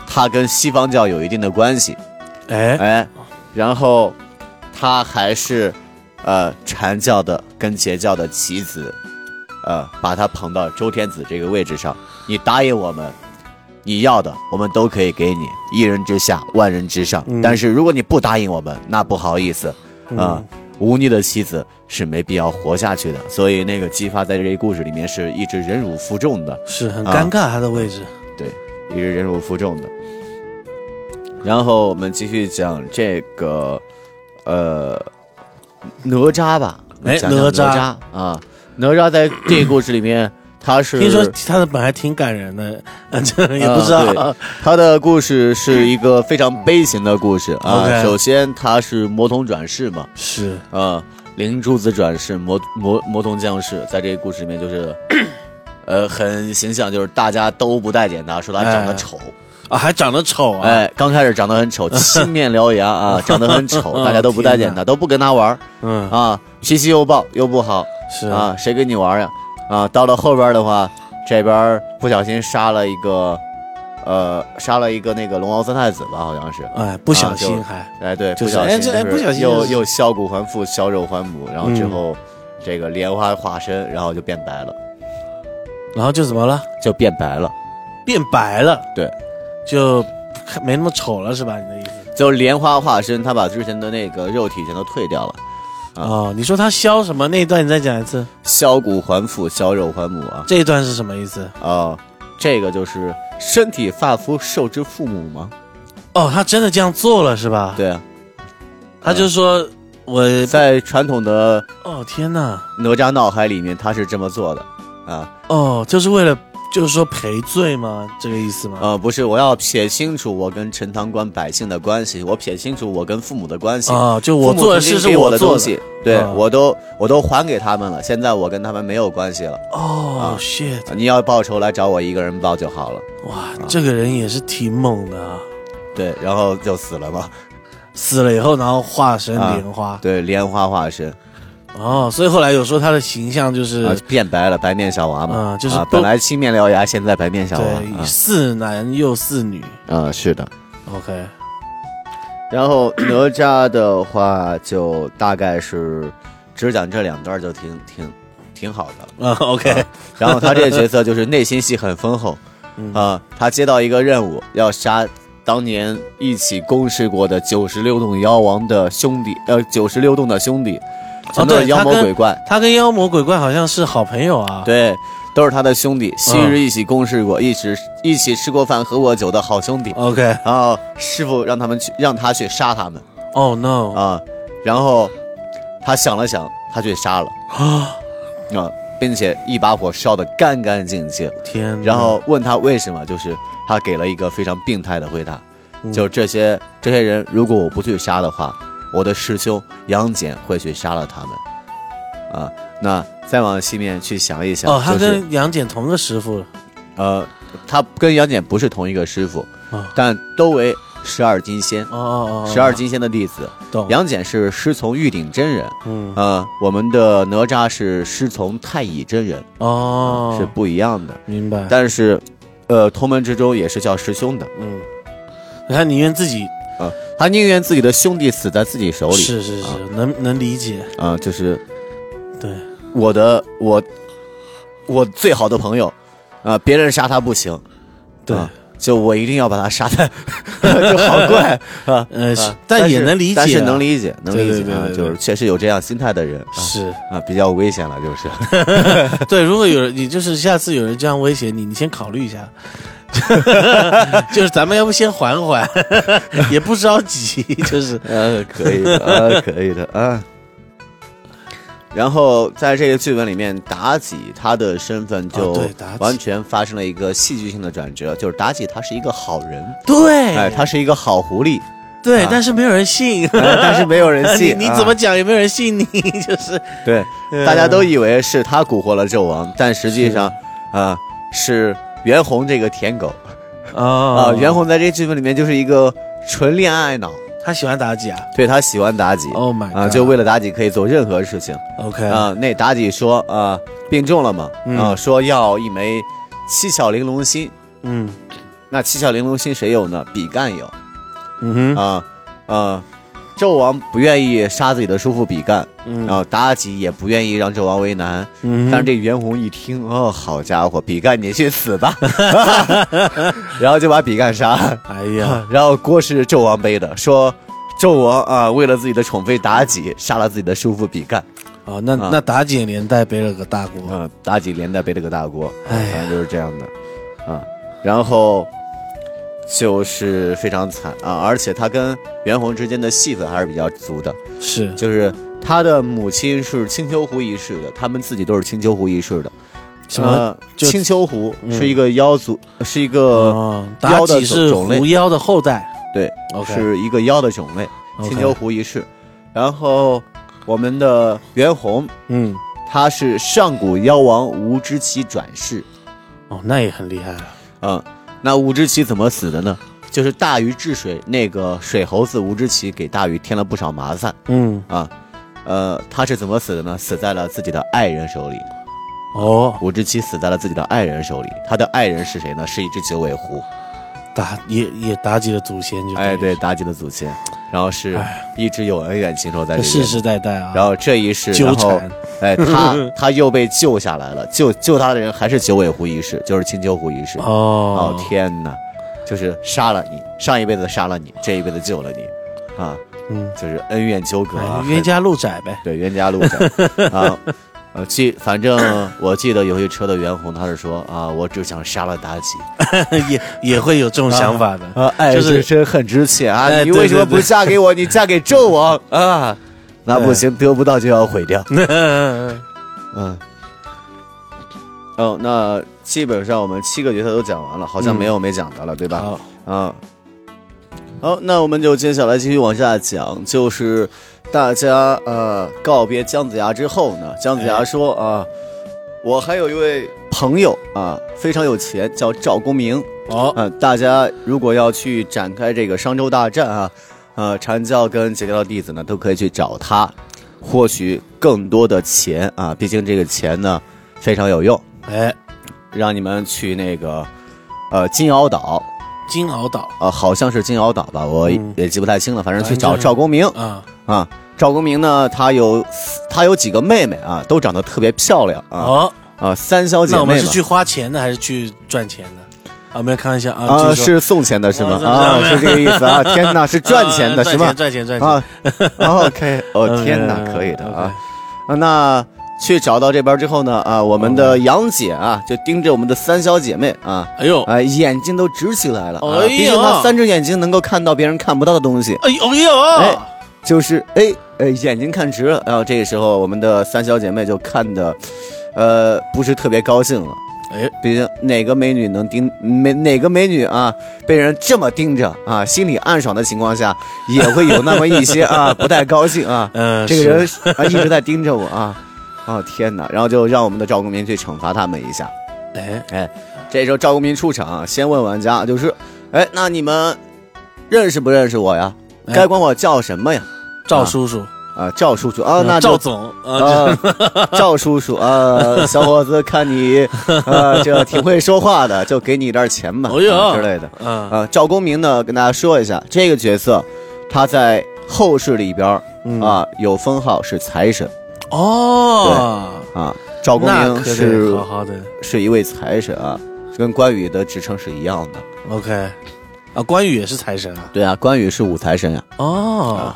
[SPEAKER 1] 他跟西方教有一定的关系，
[SPEAKER 4] 哎，
[SPEAKER 1] 哎，然后他还是呃禅教的跟截教的棋子，呃，把他捧到周天子这个位置上。你答应我们，你要的我们都可以给你，一人之下，万人之上。但是如果你不答应我们，那不好意思，啊、忤逆的妻子是没必要活下去的。所以那个姬发在这一故事里面是一直忍辱负重的。
[SPEAKER 4] 是很
[SPEAKER 1] 啊
[SPEAKER 4] 尴尬他的位置，
[SPEAKER 1] 对，也是忍辱负重的。然后我们继续讲这个，呃，哪吒吧，
[SPEAKER 4] 哎
[SPEAKER 1] 讲讲
[SPEAKER 4] 哪
[SPEAKER 1] 哪
[SPEAKER 4] 吒
[SPEAKER 1] 啊，哪吒在这个故事里面，他是
[SPEAKER 4] 听说他的本还挺感人的， *laughs* 啊，这也不知道，
[SPEAKER 1] 啊对他的故事是一个非常悲情的故事啊。
[SPEAKER 4] OK
[SPEAKER 1] 首先，他是魔童转世嘛，
[SPEAKER 4] 是
[SPEAKER 1] 啊，灵珠子转世魔魔魔童降世，在这个故事里面就是，呃，很形象，就是大家都不待见他，说他长得
[SPEAKER 4] 哎
[SPEAKER 1] 丑。
[SPEAKER 4] 啊，还长得丑
[SPEAKER 1] *laughs*
[SPEAKER 4] 啊，
[SPEAKER 1] 哎，刚开始长得很
[SPEAKER 4] *laughs*
[SPEAKER 1] 丑，青面獠牙啊，长得很丑，大家都不待见
[SPEAKER 4] 哦天
[SPEAKER 1] 他，都不跟他玩儿
[SPEAKER 4] 嗯，
[SPEAKER 1] 啊，脾气又暴又不好
[SPEAKER 4] 是
[SPEAKER 1] 啊，，谁跟你玩儿呀？啊，到了后边的话，这边儿不小心杀了一个，呃，杀了一个那个龙王三太子吧，好像是。
[SPEAKER 4] 哎，不小
[SPEAKER 1] 啊
[SPEAKER 4] 心
[SPEAKER 1] 就
[SPEAKER 4] 还、
[SPEAKER 1] 哎，对，
[SPEAKER 4] 就
[SPEAKER 1] 不
[SPEAKER 4] 是
[SPEAKER 1] 小
[SPEAKER 4] 哎
[SPEAKER 1] 心
[SPEAKER 4] 这哎
[SPEAKER 1] 就是
[SPEAKER 4] 不小心
[SPEAKER 1] 又
[SPEAKER 4] 就是
[SPEAKER 1] 又削骨还父，削肉还母，然后之
[SPEAKER 4] 嗯
[SPEAKER 1] 后这个莲花化身，然后就变白了，
[SPEAKER 4] 然后就怎么了？
[SPEAKER 1] 就变白了，
[SPEAKER 4] 变白了，
[SPEAKER 1] 对。
[SPEAKER 4] 就看没那么丑了，是吧？你的意思？
[SPEAKER 1] 就莲花化身，他把之前的那个肉体全都退掉了。啊
[SPEAKER 4] 哦，你说他削什么那一段？你再讲一次，
[SPEAKER 1] 削骨还父，削肉还母啊
[SPEAKER 4] 这一段是什么意思？
[SPEAKER 1] 啊、这个就是身体发肤受之父母吗？
[SPEAKER 4] 哦，他真的这样做了是吧？，
[SPEAKER 1] 对啊，
[SPEAKER 4] 他就说我
[SPEAKER 1] 在传统的
[SPEAKER 4] 哦天哪，
[SPEAKER 1] 哪吒闹海里面，他是这么做的啊
[SPEAKER 4] 哦，就是为了就是说赔罪吗？这个意思吗？
[SPEAKER 1] 呃，不是，我要撇清楚我跟陈塘关百姓的关系，我撇清楚我跟父母的关系。
[SPEAKER 4] 啊，就我
[SPEAKER 1] 父母
[SPEAKER 4] 做的
[SPEAKER 1] 曾经
[SPEAKER 4] 事是
[SPEAKER 1] 给我的
[SPEAKER 4] 做
[SPEAKER 1] 东
[SPEAKER 4] 的
[SPEAKER 1] 西，对、
[SPEAKER 4] 啊
[SPEAKER 1] 我都我都还给他们了，现在我跟他们没有关系了。
[SPEAKER 4] 哦，shit，
[SPEAKER 1] 你要报仇来找我一个人报就好了。
[SPEAKER 4] 哇，
[SPEAKER 1] 啊
[SPEAKER 4] 这个人也是挺猛的啊！
[SPEAKER 1] 对，然后就死了嘛。
[SPEAKER 4] 死了以后，然后化身
[SPEAKER 1] 啊
[SPEAKER 4] 莲花，
[SPEAKER 1] 对，莲花化身。
[SPEAKER 4] 哦，所以后来有说他的形象就是
[SPEAKER 1] 啊，变白了，白面小娃嘛，
[SPEAKER 4] 啊就是都
[SPEAKER 1] 本来青面獠牙，现在白面小娃，
[SPEAKER 4] 对似男又似女
[SPEAKER 1] 啊，是的。
[SPEAKER 4] ，OK，
[SPEAKER 1] 然后哪吒的话，就大概是只讲这两段，就挺挺挺好的了。
[SPEAKER 4] 啊，OK，
[SPEAKER 1] *laughs* 然后他这个角色就是内心戏很丰
[SPEAKER 4] *laughs*
[SPEAKER 1] 厚，
[SPEAKER 4] 嗯
[SPEAKER 1] 啊，他接到一个任务，要杀当年一起攻势过的九十六洞妖王的兄弟，呃，九十六洞的兄弟，
[SPEAKER 4] 哦
[SPEAKER 1] 全都
[SPEAKER 4] 对，
[SPEAKER 1] 是妖
[SPEAKER 4] 他
[SPEAKER 1] 魔
[SPEAKER 4] 跟
[SPEAKER 1] 鬼怪，
[SPEAKER 4] 他跟妖魔鬼怪好像是好朋友啊，，
[SPEAKER 1] 对，都是他的兄弟，昔
[SPEAKER 4] 嗯
[SPEAKER 1] 日一起共事过，一直一起吃过饭、喝过酒的好兄弟。
[SPEAKER 4] OK，
[SPEAKER 1] 然后师傅让他们去，让他去杀他们
[SPEAKER 4] 哦
[SPEAKER 1] 啊
[SPEAKER 4] no，
[SPEAKER 1] 啊。然后他想了想，他去杀了
[SPEAKER 4] 啊，
[SPEAKER 1] 啊，并并且一把火烧得干干净净。
[SPEAKER 4] 天哪，
[SPEAKER 1] 然后问他为什么，就是他给了一个非常病态的回答，
[SPEAKER 4] 嗯
[SPEAKER 1] 就是这些这些人，如果我不去杀的话，我的师兄杨戬会去杀了他们。啊，那再往西面去想一想，
[SPEAKER 4] 哦，他
[SPEAKER 1] 就是
[SPEAKER 4] 跟杨戬同个师傅
[SPEAKER 1] 呃，他跟杨戬不是同一个师傅，
[SPEAKER 4] 啊
[SPEAKER 1] 但都为十二金仙
[SPEAKER 4] 哦，哦哦，
[SPEAKER 1] 十二金仙的弟子。
[SPEAKER 4] 懂，
[SPEAKER 1] 杨戬是师从玉鼎真人，
[SPEAKER 4] 嗯
[SPEAKER 1] 呃，我们的哪吒是师从太乙真人，
[SPEAKER 4] 哦
[SPEAKER 1] 是不一样的。
[SPEAKER 4] 明白，
[SPEAKER 1] 但是，呃，同门之中也是叫师兄的。
[SPEAKER 4] 嗯，他宁愿自己
[SPEAKER 1] 啊，他宁愿自己的兄弟死在自己手里。
[SPEAKER 4] 是是是，能能理解，
[SPEAKER 1] 啊、就是
[SPEAKER 4] 对，
[SPEAKER 1] 我的我我最好的朋友，啊、别人杀他不行，
[SPEAKER 4] 对
[SPEAKER 1] 啊就我一定要把他杀掉， *laughs* 就好
[SPEAKER 4] *laughs*
[SPEAKER 1] 怪啊。
[SPEAKER 4] 呃，是
[SPEAKER 1] 啊
[SPEAKER 4] 但也
[SPEAKER 1] 是
[SPEAKER 4] 能理解，
[SPEAKER 1] 但是能理解，能
[SPEAKER 4] 对
[SPEAKER 1] 理解
[SPEAKER 4] 对对
[SPEAKER 1] 啊，
[SPEAKER 4] 对对
[SPEAKER 1] 就是确实有这样心态的人啊
[SPEAKER 4] 是
[SPEAKER 1] *laughs* 啊，比较危险了，就是。
[SPEAKER 4] 对，如果有人，你就是下次有人这样威胁你，你先考虑一下， *laughs* 就是咱们要不先缓缓， *laughs* 也不着急，就是
[SPEAKER 1] 呃，可以的，
[SPEAKER 4] *laughs*
[SPEAKER 1] 呃，可以的啊。然后在这个剧本里面，妲己她的身份就
[SPEAKER 4] 哦对妲己
[SPEAKER 1] 完全发生了一个戏剧性的转折，就是妲己她是一个好人，
[SPEAKER 4] 对，
[SPEAKER 1] 哎，她是一个好狐
[SPEAKER 4] *laughs*
[SPEAKER 1] 狸，
[SPEAKER 4] 对，
[SPEAKER 1] 啊
[SPEAKER 4] 但是没有人信，
[SPEAKER 1] 呃但是没有人信。
[SPEAKER 4] *laughs* 你你
[SPEAKER 1] 啊
[SPEAKER 4] 怎么呃讲也没有人信你， *laughs* 就是
[SPEAKER 1] 对？啊大家都以为是她蛊惑了纣王，但实际上啊是袁弘这个舔狗啊。
[SPEAKER 4] 啊
[SPEAKER 1] 袁弘在这剧本里面就是一个纯恋爱脑，
[SPEAKER 4] 他喜欢妲己啊
[SPEAKER 1] 对他喜欢妲己
[SPEAKER 4] ，Oh my god，
[SPEAKER 1] 哦啊，就为了妲己可以做任何事情。
[SPEAKER 4] OK
[SPEAKER 1] 啊、那妲己说啊、病重了嘛，啊、说要一枚七巧玲珑心。
[SPEAKER 4] 嗯
[SPEAKER 1] 那七巧玲珑心谁有呢？比干有啊
[SPEAKER 4] 嗯哼
[SPEAKER 1] 啊、纣王不愿意杀自己的叔父比干，
[SPEAKER 4] 嗯
[SPEAKER 1] 然后妲己也不愿意让纣王为难。
[SPEAKER 4] 嗯
[SPEAKER 1] 但是
[SPEAKER 4] 哼，
[SPEAKER 1] 这袁弘一听，哦，好家伙，比干你去死
[SPEAKER 4] *laughs*
[SPEAKER 1] 吧， *laughs* 然后就把比干杀了。
[SPEAKER 4] 哎呀，
[SPEAKER 1] 然后锅是纣王背的，说纣王啊、为了自己的宠妃妲己，杀了自己的叔父比干。
[SPEAKER 4] 哦，那
[SPEAKER 1] 啊
[SPEAKER 4] 那妲己也连带背了个大锅，
[SPEAKER 1] 嗯，妲己连带背了个大锅，
[SPEAKER 4] 哎呀
[SPEAKER 1] 反正就是这样的啊。然后就是非常惨啊，而且他跟袁弘之间的戏份还是比较足的，
[SPEAKER 4] 是
[SPEAKER 1] 就是他的母亲是青丘狐一氏的，他们自己都是青丘狐一氏的。
[SPEAKER 4] 什么？
[SPEAKER 1] 呃
[SPEAKER 4] 就嗯
[SPEAKER 1] 青丘狐是一个妖族，是一个
[SPEAKER 4] 哦，
[SPEAKER 1] 妖
[SPEAKER 4] 妲
[SPEAKER 1] 呃的
[SPEAKER 4] 己是
[SPEAKER 1] 种类
[SPEAKER 4] 狐妖的后代
[SPEAKER 1] 对，
[SPEAKER 4] ，OK，
[SPEAKER 1] 是一个妖的种类，
[SPEAKER 4] OK
[SPEAKER 1] 青丘狐一氏。然后我们的袁弘，
[SPEAKER 4] 嗯，
[SPEAKER 1] 他是上古妖王吴之奇转世。
[SPEAKER 4] 哦，那也很厉害了。
[SPEAKER 1] 嗯，那吴之奇怎么死的呢？就是大禹治水那个水猴子吴之奇给大禹添了不少麻烦
[SPEAKER 4] 嗯，
[SPEAKER 1] 啊。呃，他是怎么死的呢？死在了自己的爱人手里。
[SPEAKER 4] 哦，
[SPEAKER 1] 吴之奇死在了自己的爱人手里。他的爱人是谁呢？是一只九尾狐。
[SPEAKER 4] 妲也也妲己的祖先就
[SPEAKER 1] 哎，
[SPEAKER 4] 对
[SPEAKER 1] 对，妲己的祖先。然后是
[SPEAKER 4] 哎
[SPEAKER 1] 一直有恩怨情仇在
[SPEAKER 4] 了，
[SPEAKER 1] 里
[SPEAKER 4] 世
[SPEAKER 1] 面。
[SPEAKER 4] 世代代啊。
[SPEAKER 1] 然后这一世，
[SPEAKER 4] 纠
[SPEAKER 1] 然后
[SPEAKER 4] 缠，
[SPEAKER 1] 哎，他他又被救下来了。救救他的人还是九尾狐一世，就是青丘狐
[SPEAKER 4] *laughs*
[SPEAKER 1] 一世。
[SPEAKER 4] 哦
[SPEAKER 1] 哦，天哪，就是杀了你，上一辈子杀了你，这一辈子救了你，啊，
[SPEAKER 4] 嗯，
[SPEAKER 1] 就是恩怨纠葛啊
[SPEAKER 4] 哎，冤家路窄呗 *laughs*
[SPEAKER 1] 很。对冤家路窄啊。呃，记，反正我记得有一车的袁弘，他是说啊，我只想杀了妲己，
[SPEAKER 4] 也也会有这种想法的。
[SPEAKER 1] 啊，爱
[SPEAKER 4] 就
[SPEAKER 1] 之
[SPEAKER 4] 是
[SPEAKER 1] 深，恨之切啊，
[SPEAKER 4] 哎
[SPEAKER 1] 你
[SPEAKER 4] 对
[SPEAKER 1] 为什么
[SPEAKER 4] 对对
[SPEAKER 1] 不嫁给我？你嫁给纣
[SPEAKER 4] *laughs*
[SPEAKER 1] 王啊？那不行，得不到就要毁掉。嗯，哦，那基本上我们七个角色都讲完了，好像
[SPEAKER 4] 嗯
[SPEAKER 1] 没有没讲的了，对吧？
[SPEAKER 4] 好，
[SPEAKER 1] 啊。好，那我们就接下来继续往下讲，就是大家呃告别姜子牙之后呢，姜子牙说啊、我还有一位朋友啊、非常有钱，叫赵公明。
[SPEAKER 4] 哦，
[SPEAKER 1] 呃，大家如果要去展开这个商周大战啊，呃，阐教跟截教的弟子呢，都可以去找他，获取更多的钱啊。毕竟这个钱呢非常有用，
[SPEAKER 4] 哎，
[SPEAKER 1] 让你们去那个呃金鳌岛，
[SPEAKER 4] 金鳌岛
[SPEAKER 1] 呃，好像是金鳌岛吧，我
[SPEAKER 4] 嗯
[SPEAKER 1] 也记不太清了，反正去
[SPEAKER 4] 反正
[SPEAKER 1] 找
[SPEAKER 4] 就是
[SPEAKER 1] 赵公明
[SPEAKER 4] 啊，
[SPEAKER 1] 啊。赵公明呢，他有他有几个妹妹啊，都长得特别漂亮啊
[SPEAKER 4] 哦，
[SPEAKER 1] 啊，三小姐
[SPEAKER 4] 那我们
[SPEAKER 1] 妹
[SPEAKER 4] 是
[SPEAKER 1] 嘛
[SPEAKER 4] 去花钱的还是去赚钱的？啊，没有开玩笑啊，
[SPEAKER 1] 啊，
[SPEAKER 4] 就是说
[SPEAKER 1] 是送钱的是吗？
[SPEAKER 4] 啊
[SPEAKER 1] 啊，
[SPEAKER 4] 是
[SPEAKER 1] 是这个意思啊！
[SPEAKER 4] *laughs*
[SPEAKER 1] 天哪，是赚钱的
[SPEAKER 4] 啊
[SPEAKER 1] 是吗？
[SPEAKER 4] 赚钱赚钱赚
[SPEAKER 1] 啊
[SPEAKER 4] 钱。 *laughs*
[SPEAKER 1] ，OK，哦，天哪，
[SPEAKER 4] 嗯
[SPEAKER 1] 可以的
[SPEAKER 4] OK
[SPEAKER 1] 啊。啊那去找到这边之后呢，啊，我们
[SPEAKER 4] 哦
[SPEAKER 1] 的杨姐啊，就盯着我们的三小姐妹啊，
[SPEAKER 4] 哎呦，哎
[SPEAKER 1] 啊，眼睛都直起来了。啊
[SPEAKER 4] 哎呦
[SPEAKER 1] 毕竟她三只眼睛能够看到别人看不到的东西，
[SPEAKER 4] 呦哎呦，
[SPEAKER 1] 哎就是哎哎，眼睛看直了。然后这个时候，我们的三小姐妹就看的呃，不是特别高兴了。
[SPEAKER 4] 哎，
[SPEAKER 1] 毕竟哪个美女能盯美哪个美女啊，被人这么盯着啊，心里暗爽的情况下，也会有那么一些啊不太高兴啊。
[SPEAKER 4] 嗯，
[SPEAKER 1] 这个
[SPEAKER 4] *laughs* 是
[SPEAKER 1] 人啊一直在盯着我啊，哦天哪！然后就让我们的赵公明去惩罚他们一下。
[SPEAKER 4] 哎，
[SPEAKER 1] 这时候赵公明出场，啊先问玩家就是，哎，那你们认识不认识我呀？
[SPEAKER 4] 哎
[SPEAKER 1] 该管我叫什么呀？
[SPEAKER 4] 赵叔叔，
[SPEAKER 1] 啊，赵叔叔啊，那就
[SPEAKER 4] 嗯赵总啊， *laughs*
[SPEAKER 1] 啊， *laughs* 赵叔叔啊，小伙子，看你
[SPEAKER 4] *laughs*
[SPEAKER 1] 啊，这挺会说话的，就给你点钱吧，
[SPEAKER 4] 哎呦
[SPEAKER 1] 啊之类的。
[SPEAKER 4] 这啊，
[SPEAKER 1] 啊，赵公明呢，跟大家说一下，这个角色他在后世里边儿
[SPEAKER 4] 嗯
[SPEAKER 1] 啊有封号是财神
[SPEAKER 4] 哦，
[SPEAKER 1] 啊，赵公
[SPEAKER 4] 那
[SPEAKER 1] 明
[SPEAKER 4] 可
[SPEAKER 1] 是
[SPEAKER 4] 得好好的
[SPEAKER 1] 是一位财神啊，跟关羽的职称是一样的。
[SPEAKER 4] ，OK，啊，关羽也是财神啊，
[SPEAKER 1] 对啊，关羽是五财神呀、
[SPEAKER 4] 哦，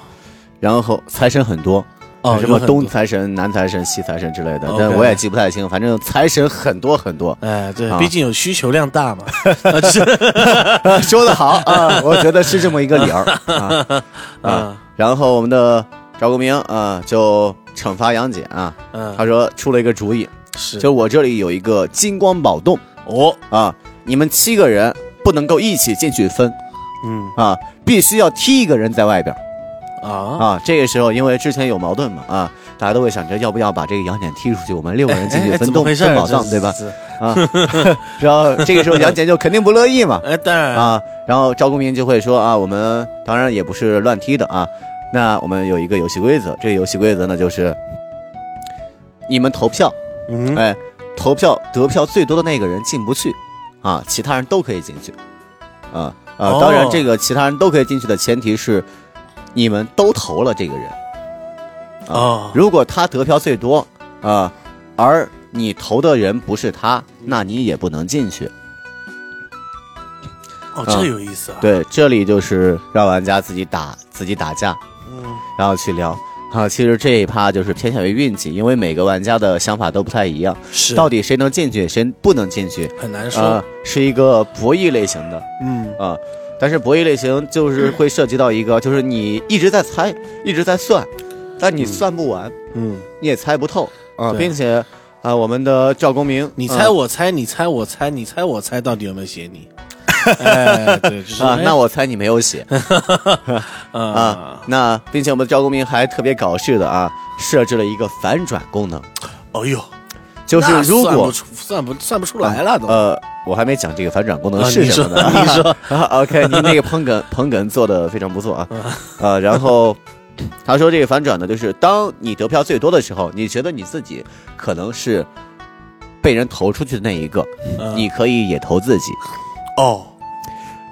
[SPEAKER 1] 然后财神很多。
[SPEAKER 4] 哦，
[SPEAKER 1] 啊什
[SPEAKER 4] 有
[SPEAKER 1] 么
[SPEAKER 4] 很
[SPEAKER 1] 东
[SPEAKER 4] 多，
[SPEAKER 1] 财神、南财神、西财神之类的，
[SPEAKER 4] OK
[SPEAKER 1] 但我也记不太清，反正财神很多很多。
[SPEAKER 4] 哎，对
[SPEAKER 1] 啊，
[SPEAKER 4] 毕竟有需求量
[SPEAKER 1] *laughs*
[SPEAKER 4] 大嘛，啊，这
[SPEAKER 1] 说的
[SPEAKER 4] *laughs*
[SPEAKER 1] 好啊，我觉得是这么一个理儿啊啊。
[SPEAKER 4] 啊，
[SPEAKER 1] 然后我们的赵国明啊，就惩罚杨戬啊，他
[SPEAKER 4] 嗯，
[SPEAKER 1] 说出了一个主意，
[SPEAKER 4] 是，
[SPEAKER 1] 就我这里有一个金光宝洞
[SPEAKER 4] 哦，
[SPEAKER 1] 啊，你们七个人不能够一起进去分
[SPEAKER 4] 嗯
[SPEAKER 1] 啊，必须要踢一个人在外边
[SPEAKER 4] 啊，
[SPEAKER 1] 啊。这个时候因为之前有矛盾嘛啊，大家都会想着要不要把这个杨戬踢出去，我们六个人进去
[SPEAKER 4] *laughs* 哎
[SPEAKER 1] 分
[SPEAKER 4] 怎么
[SPEAKER 1] 洞
[SPEAKER 4] 回事
[SPEAKER 1] 分
[SPEAKER 4] 儿？
[SPEAKER 1] 宝藏
[SPEAKER 4] 这
[SPEAKER 1] 对吧？？
[SPEAKER 4] 这 *laughs*
[SPEAKER 1] 啊，然后这个时候杨戬就肯定不乐意嘛。
[SPEAKER 4] 哎，当然，
[SPEAKER 1] 啊，然后赵公明就会说啊，我们当然也不是乱踢的啊，那我们有一个游戏规则，这个游戏规则呢就是，你们投票，
[SPEAKER 4] 嗯，
[SPEAKER 1] 哎，投票得票最多的那个人进不去，啊，其他人都可以进去，啊啊，当然
[SPEAKER 4] 哦
[SPEAKER 1] 这个其他人都可以进去的前提是，你们都投了这个人，啊
[SPEAKER 4] 哦
[SPEAKER 1] 如果他得票最多啊，而你投的人不是他，那你也不能进去。
[SPEAKER 4] 哦，这有意思啊，，
[SPEAKER 1] 嗯对，这里就是让玩家自己打自己打架，
[SPEAKER 4] 嗯
[SPEAKER 1] 然后去聊。啊，其实这一趴就是偏向于运气，因为每个玩家的想法都不太一样，
[SPEAKER 4] 是，
[SPEAKER 1] 到底谁能进去，谁不能进去，
[SPEAKER 4] 很难
[SPEAKER 1] 啊
[SPEAKER 4] 说，，
[SPEAKER 1] 是一个博弈类型的
[SPEAKER 4] 嗯，
[SPEAKER 1] 啊。但是博弈类型就是会涉及到一个，就是你一直在猜，一直在算，但你算不完，
[SPEAKER 4] 嗯，
[SPEAKER 1] 你也猜不透啊，
[SPEAKER 4] 对
[SPEAKER 1] 并且啊，我们的赵公明，
[SPEAKER 4] 你猜
[SPEAKER 1] 啊
[SPEAKER 4] 我猜，你猜我猜，你猜我猜，到底有没有写你？哎，对，就是
[SPEAKER 1] 啊，
[SPEAKER 4] 哎
[SPEAKER 1] 那我猜你没有
[SPEAKER 4] *laughs*
[SPEAKER 1] 写，啊
[SPEAKER 4] 啊，，
[SPEAKER 1] 那并且我们的赵公明还特别搞事的啊，设置了一个反转功能，
[SPEAKER 4] 哦呦，
[SPEAKER 1] 就是
[SPEAKER 4] 那
[SPEAKER 1] 如
[SPEAKER 4] 算不
[SPEAKER 1] 果
[SPEAKER 4] 出算不算不出来了都，
[SPEAKER 1] 呃，我还没讲这个反转功能
[SPEAKER 4] 啊
[SPEAKER 1] 是
[SPEAKER 4] 你
[SPEAKER 1] 什
[SPEAKER 4] 说
[SPEAKER 1] 么呢。
[SPEAKER 4] 你说
[SPEAKER 1] *laughs* 啊，OK，你那个捧哏 *laughs* 捧哏做的非常不错啊，呃，然后他说这个反转呢，就是当你得票最多的时候，你觉得你自己可能是被人投出去的那一个，
[SPEAKER 4] 嗯
[SPEAKER 1] 你可以也投自己。
[SPEAKER 4] 哦，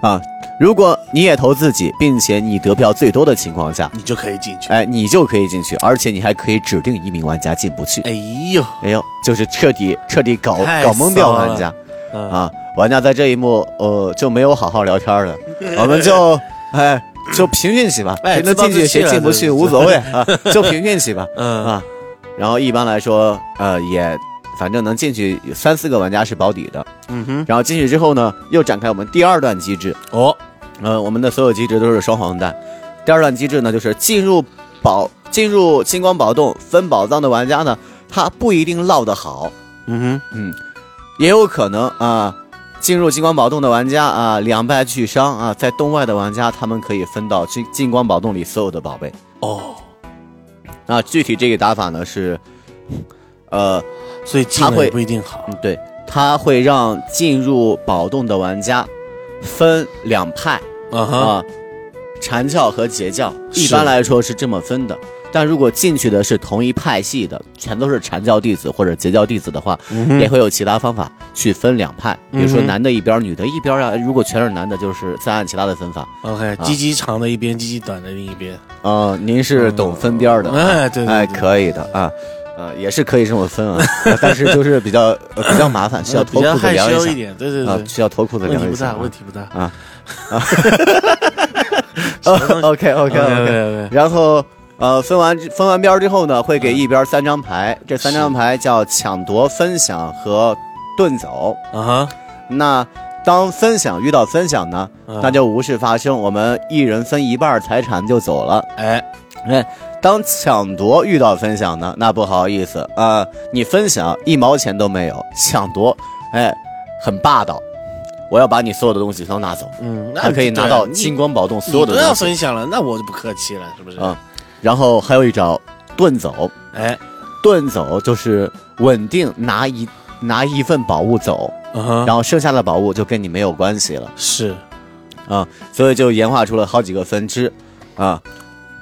[SPEAKER 1] 啊，如果你也投自己，并且你得票最多的情况下，
[SPEAKER 4] 你就可以进去。
[SPEAKER 1] 哎，你就可以进去，而且你还可以指定一名玩家进不去。
[SPEAKER 4] 哎呦，
[SPEAKER 1] 哎呦，就是彻底彻底搞
[SPEAKER 4] 太
[SPEAKER 1] 搞懵掉
[SPEAKER 4] 骚了
[SPEAKER 1] 玩家
[SPEAKER 4] 啊，
[SPEAKER 1] 啊！玩家在这一幕，呃，就没有好好聊天了，
[SPEAKER 4] *laughs*
[SPEAKER 1] 我们就哎就凭运气吧，
[SPEAKER 4] 哎
[SPEAKER 1] 谁能
[SPEAKER 4] 自暴
[SPEAKER 1] 进去
[SPEAKER 4] 自弃
[SPEAKER 1] 谁
[SPEAKER 4] 了
[SPEAKER 1] 进不
[SPEAKER 4] 这
[SPEAKER 1] 去
[SPEAKER 4] 是
[SPEAKER 1] 无所谓
[SPEAKER 4] *laughs*
[SPEAKER 1] 啊，就凭运气吧
[SPEAKER 4] 嗯，
[SPEAKER 1] 啊。然后一般来说，呃，也反正能进去有三四个玩家是保底的。
[SPEAKER 4] 嗯哼，
[SPEAKER 1] 然后进去之后呢，又展开我们第二段机制，
[SPEAKER 4] 哦，
[SPEAKER 1] 呃，我们的所有机制都是双黄蛋。第二段机制呢，就是进入宝进入金光宝洞分宝藏的玩家呢，他不一定落得好，
[SPEAKER 4] 嗯
[SPEAKER 1] 也有可能啊，进入金光宝洞的玩家啊，两败俱伤啊，在洞外的玩家，他们可以分到金金光宝洞里所有的宝贝。
[SPEAKER 4] 哼，哦，
[SPEAKER 1] 啊，具体这个打法呢是，呃，
[SPEAKER 4] 所以进
[SPEAKER 1] 他
[SPEAKER 4] 了
[SPEAKER 1] 会
[SPEAKER 4] 也不一定好。
[SPEAKER 1] 嗯，对，它会让进入宝洞的玩家分两派。
[SPEAKER 4] 啊哈，
[SPEAKER 1] 啊，禅教和截教一
[SPEAKER 4] 是
[SPEAKER 1] 般来说是这么分的。但如果进去的是同一派系的，全都是禅教弟子或者截教弟子的话，也会有其他方法去分两派，比如说
[SPEAKER 4] 嗯哼
[SPEAKER 1] 男的一边儿，女的一边儿啊。如果全是男的，就是再按其他的分法。
[SPEAKER 4] OK，鸡鸡长的一边，鸡鸡短的另一边。
[SPEAKER 1] 呃，您是懂分边儿的，
[SPEAKER 4] 哎，对，对
[SPEAKER 1] 哎，
[SPEAKER 4] 对
[SPEAKER 1] 可以的啊。呃，也是可以这么分啊， *laughs* 但是就是比较、呃比较麻烦，需要
[SPEAKER 4] 呃比
[SPEAKER 1] 脱
[SPEAKER 4] 较
[SPEAKER 1] 裤子
[SPEAKER 4] 害
[SPEAKER 1] 量
[SPEAKER 4] 羞一
[SPEAKER 1] 一
[SPEAKER 4] 点，对对
[SPEAKER 1] 下啊，
[SPEAKER 4] 对，
[SPEAKER 1] 需要脱裤子
[SPEAKER 4] 问
[SPEAKER 1] 量
[SPEAKER 4] 题
[SPEAKER 1] 一
[SPEAKER 4] 不
[SPEAKER 1] 下
[SPEAKER 4] 大，
[SPEAKER 1] 啊。
[SPEAKER 4] 问题不大。
[SPEAKER 1] *laughs* OK OK OK，
[SPEAKER 4] OK，
[SPEAKER 1] 然后呃，分完分完边儿之后呢，会给一边儿三张牌，这三张牌叫抢夺、分享和遁走。
[SPEAKER 4] 啊哈，
[SPEAKER 1] 那当分享遇到分享呢，
[SPEAKER 4] 嗯
[SPEAKER 1] 那就无事发生，我们一人分一半儿财产就走了。
[SPEAKER 4] 哎，
[SPEAKER 1] 哎，当抢夺遇到分享呢，那不好意思啊、你分享一毛钱都没有，抢夺，哎，很霸道。我要把你所有的东西都拿走，
[SPEAKER 4] 嗯，那
[SPEAKER 1] 还可以拿到
[SPEAKER 4] 对
[SPEAKER 1] 金光宝洞
[SPEAKER 4] 你
[SPEAKER 1] 所有的
[SPEAKER 4] 你都要
[SPEAKER 1] 东西
[SPEAKER 4] 分享了，那我就不客气了，是不是？
[SPEAKER 1] 啊、然后还有一招遁走，
[SPEAKER 4] 哎，
[SPEAKER 1] 遁走就是稳定拿一拿一份宝物走，
[SPEAKER 4] 嗯哼，
[SPEAKER 1] 然后剩下的宝物就跟你没有关系了。
[SPEAKER 4] 是，
[SPEAKER 1] 啊，所以就演化出了好几个分支啊，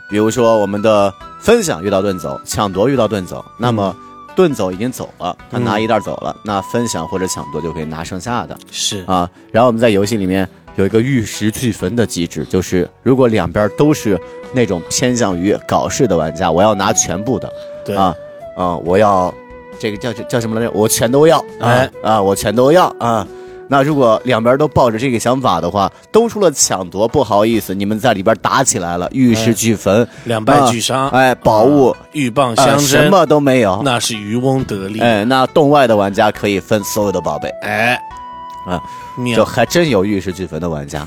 [SPEAKER 1] 比如说我们的分享遇到遁走，抢夺遇到遁走，那么遁走已经走了，他拿一袋走了，那分享或者抢夺就可以拿剩下的
[SPEAKER 4] 是，
[SPEAKER 1] 啊。然后我们在游戏里面有一个玉石俱焚的机制，就是如果两边都是那种偏向于搞事的玩家，我要拿全部的
[SPEAKER 4] 对
[SPEAKER 1] 啊，啊，我要这个叫叫什么来着？我全都要，啊
[SPEAKER 4] 哎
[SPEAKER 1] 啊，我全都要啊。那如果两边都抱着这个想法的话，都出了抢夺，不好意思，你们在里边打起来了，玉石俱焚，
[SPEAKER 4] 两败俱伤，
[SPEAKER 1] 哎，宝物、
[SPEAKER 4] 哎啊鹬蚌
[SPEAKER 1] 呃
[SPEAKER 4] 相争，
[SPEAKER 1] 什么都没有。
[SPEAKER 4] 那是渔翁得利，
[SPEAKER 1] 哎，那洞外的玩家可以分所有的宝贝，
[SPEAKER 4] 哎，
[SPEAKER 1] 啊，就
[SPEAKER 4] 妙，
[SPEAKER 1] 还真有玉石俱焚的玩
[SPEAKER 4] *laughs*
[SPEAKER 1] 家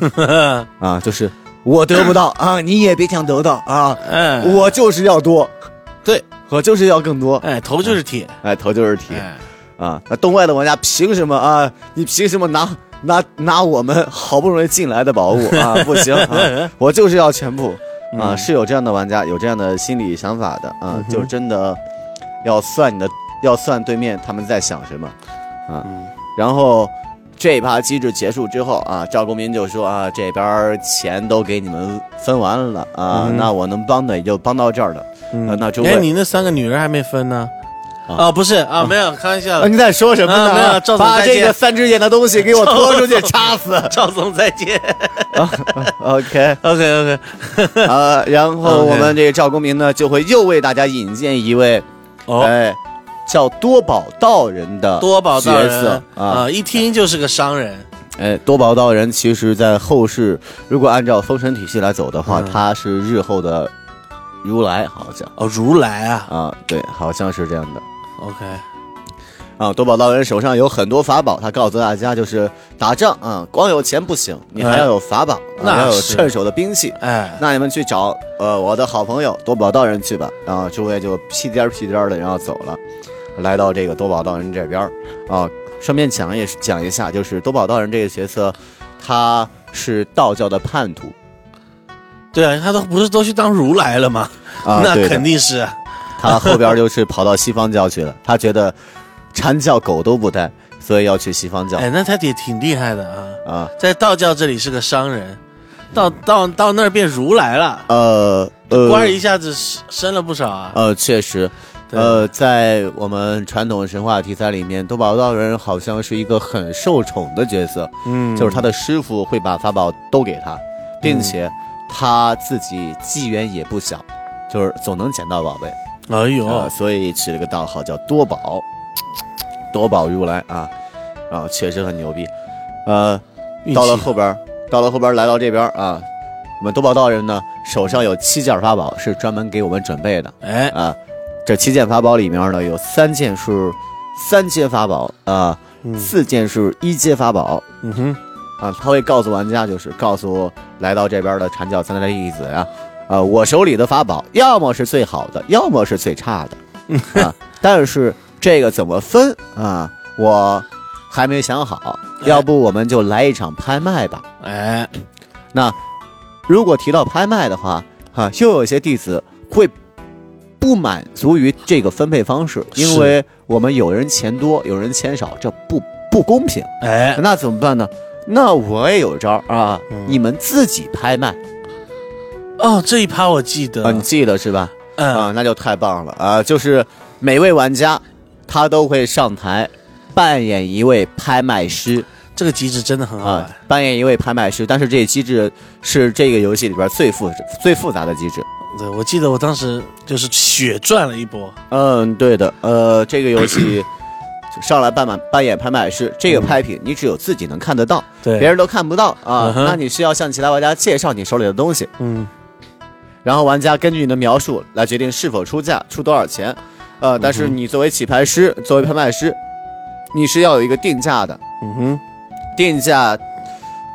[SPEAKER 1] 啊，就是我得不到啊，你也别想得到啊，
[SPEAKER 4] 哎，
[SPEAKER 1] 我就是要多，
[SPEAKER 4] 对，
[SPEAKER 1] 我就是要更多，
[SPEAKER 4] 哎，头就是铁，
[SPEAKER 1] 哎，头就是铁。
[SPEAKER 4] 哎，
[SPEAKER 1] 啊，那东外的玩家凭什么啊？你凭什么拿拿拿我们好不容易进来的宝物 *laughs* 啊？不行、啊，我就是要全部啊！是有这样的玩家，有这样的心理想法的啊，就真的要算你的，要算对面他们在想什么啊。然后这一趴机制结束之后啊，赵公民就说啊，这边儿钱都给你们分完了啊，那我能帮的也就帮到这儿了。啊那诸
[SPEAKER 4] 哎，
[SPEAKER 1] 位
[SPEAKER 4] 你那三个女人还没分呢，
[SPEAKER 1] 啊
[SPEAKER 4] 啊，不是啊，没有，开玩笑
[SPEAKER 1] 啊，
[SPEAKER 4] 的，
[SPEAKER 1] 你在说什么呢？
[SPEAKER 4] 啊没有赵总
[SPEAKER 1] 把
[SPEAKER 4] 再
[SPEAKER 1] 这
[SPEAKER 4] 见
[SPEAKER 1] 个三只眼的东西给我拖出去插死。
[SPEAKER 4] *laughs* 赵总再
[SPEAKER 1] *laughs*
[SPEAKER 4] 见
[SPEAKER 1] OK，
[SPEAKER 4] *laughs* ，OK OK，
[SPEAKER 1] 呃，然后
[SPEAKER 4] OK
[SPEAKER 1] 我们这个赵公明呢，就会又为大家引荐一位，
[SPEAKER 4] 哦，
[SPEAKER 1] 哎，叫多宝道人的
[SPEAKER 4] 多宝大
[SPEAKER 1] 哎角
[SPEAKER 4] 人
[SPEAKER 1] 色啊，
[SPEAKER 4] 啊，一听就是个商人，
[SPEAKER 1] 哎，多宝道人其实在后世，如果按照封神体系来走的话，
[SPEAKER 4] 嗯
[SPEAKER 1] 他是日后的如来，好像
[SPEAKER 4] 哦，如来啊
[SPEAKER 1] 啊，对，好像是这样的。
[SPEAKER 4] ，OK，
[SPEAKER 1] 啊，多宝道人手上有很多法宝，他告诉大家就是打仗啊，光有钱不行，你还要有法宝，啊
[SPEAKER 4] 哎那
[SPEAKER 1] 要有
[SPEAKER 4] 是
[SPEAKER 1] 趁手的兵器。
[SPEAKER 4] 哎，
[SPEAKER 1] 那你们去找呃我的好朋友多宝道人去吧。然后诸位就屁颠儿屁颠儿的，然后走了，来到这个多宝道人这边儿啊。顺便讲也是讲一下，就是多宝道人这个角色，他是道教的叛
[SPEAKER 4] *laughs*
[SPEAKER 1] 徒
[SPEAKER 4] 对啊，他都不是都去当如来了吗？
[SPEAKER 1] 啊，
[SPEAKER 4] 那
[SPEAKER 1] 对的
[SPEAKER 4] 肯定是啊，
[SPEAKER 1] 他后边就是跑到西方教去了。他觉得禅教狗都不带，所以要去西方教
[SPEAKER 4] 哎，那他也挺厉害的啊，
[SPEAKER 1] 啊。
[SPEAKER 4] 在道教这里是个商人，到到到那儿变如来了，
[SPEAKER 1] 呃呃，
[SPEAKER 4] 官儿一下子升升了不少啊，
[SPEAKER 1] 呃，确实，
[SPEAKER 4] 对
[SPEAKER 1] 呃，在我们传统神话题材里面，多宝道人好像是一个很受宠的角色，
[SPEAKER 4] 嗯
[SPEAKER 1] 就是他的师傅会把法宝都给他，并且他自己机缘也不小，就是总能捡到宝贝，
[SPEAKER 4] 哎
[SPEAKER 1] 啊，
[SPEAKER 4] 呦，
[SPEAKER 1] 所以起了个道号叫多宝，多宝如来啊，啊，确实很牛逼，呃，
[SPEAKER 4] 运气
[SPEAKER 1] 到了后边儿，到了后边儿来到这边儿啊，我们多宝道人呢手上有七件法宝是专门给我们准备的。
[SPEAKER 4] 哎，
[SPEAKER 1] 啊，这七件法宝里面呢，有三件是三阶法宝啊，四件是一阶法宝
[SPEAKER 4] 嗯哼，
[SPEAKER 1] 啊。他会告诉玩家，就是告诉来到这边的传教三代弟子啊，啊，我手里的法宝要么是最好的，要么是最差的啊。但是这个怎么分啊，我还没想好。要不我们就来一场拍卖吧？
[SPEAKER 4] 哎，
[SPEAKER 1] 那如果提到拍卖的话，哈、又有些弟子会不满足于这个分配方式，
[SPEAKER 4] 是
[SPEAKER 1] 因为我们有人钱多，有人钱少，这不不公平。
[SPEAKER 4] 哎，
[SPEAKER 1] *laughs* 那怎么办呢？那我也有招儿啊，
[SPEAKER 4] 嗯
[SPEAKER 1] 你们自己拍卖
[SPEAKER 4] 哦，这一趴我记得，
[SPEAKER 1] 啊，你记得是吧？
[SPEAKER 4] 嗯，
[SPEAKER 1] 啊，那就太棒了啊！就是每位玩家他都会上台扮演一位拍卖师。
[SPEAKER 4] 这个机制真的很好
[SPEAKER 1] 啊
[SPEAKER 4] 玩，，
[SPEAKER 1] 扮演一位拍卖师，但是这机制是这个游戏里边最复最复杂的机制。
[SPEAKER 4] 对我记得我当时就是血赚了一波，
[SPEAKER 1] 嗯，对的，呃，这个游戏就上来扮演扮演拍卖师，这个拍品你只有自己能看得到，
[SPEAKER 4] 嗯对，
[SPEAKER 1] 别人都看不到啊
[SPEAKER 4] 嗯。哼
[SPEAKER 1] 那你需要向其他玩家介绍你手里的东西，
[SPEAKER 4] 嗯，
[SPEAKER 1] 然后玩家根据你的描述来决定是否出价，出多少钱。
[SPEAKER 4] 嗯
[SPEAKER 1] 呃，但是你作为起牌师，作为拍卖师，你是要有一个定价的，
[SPEAKER 4] 嗯哼，
[SPEAKER 1] 定价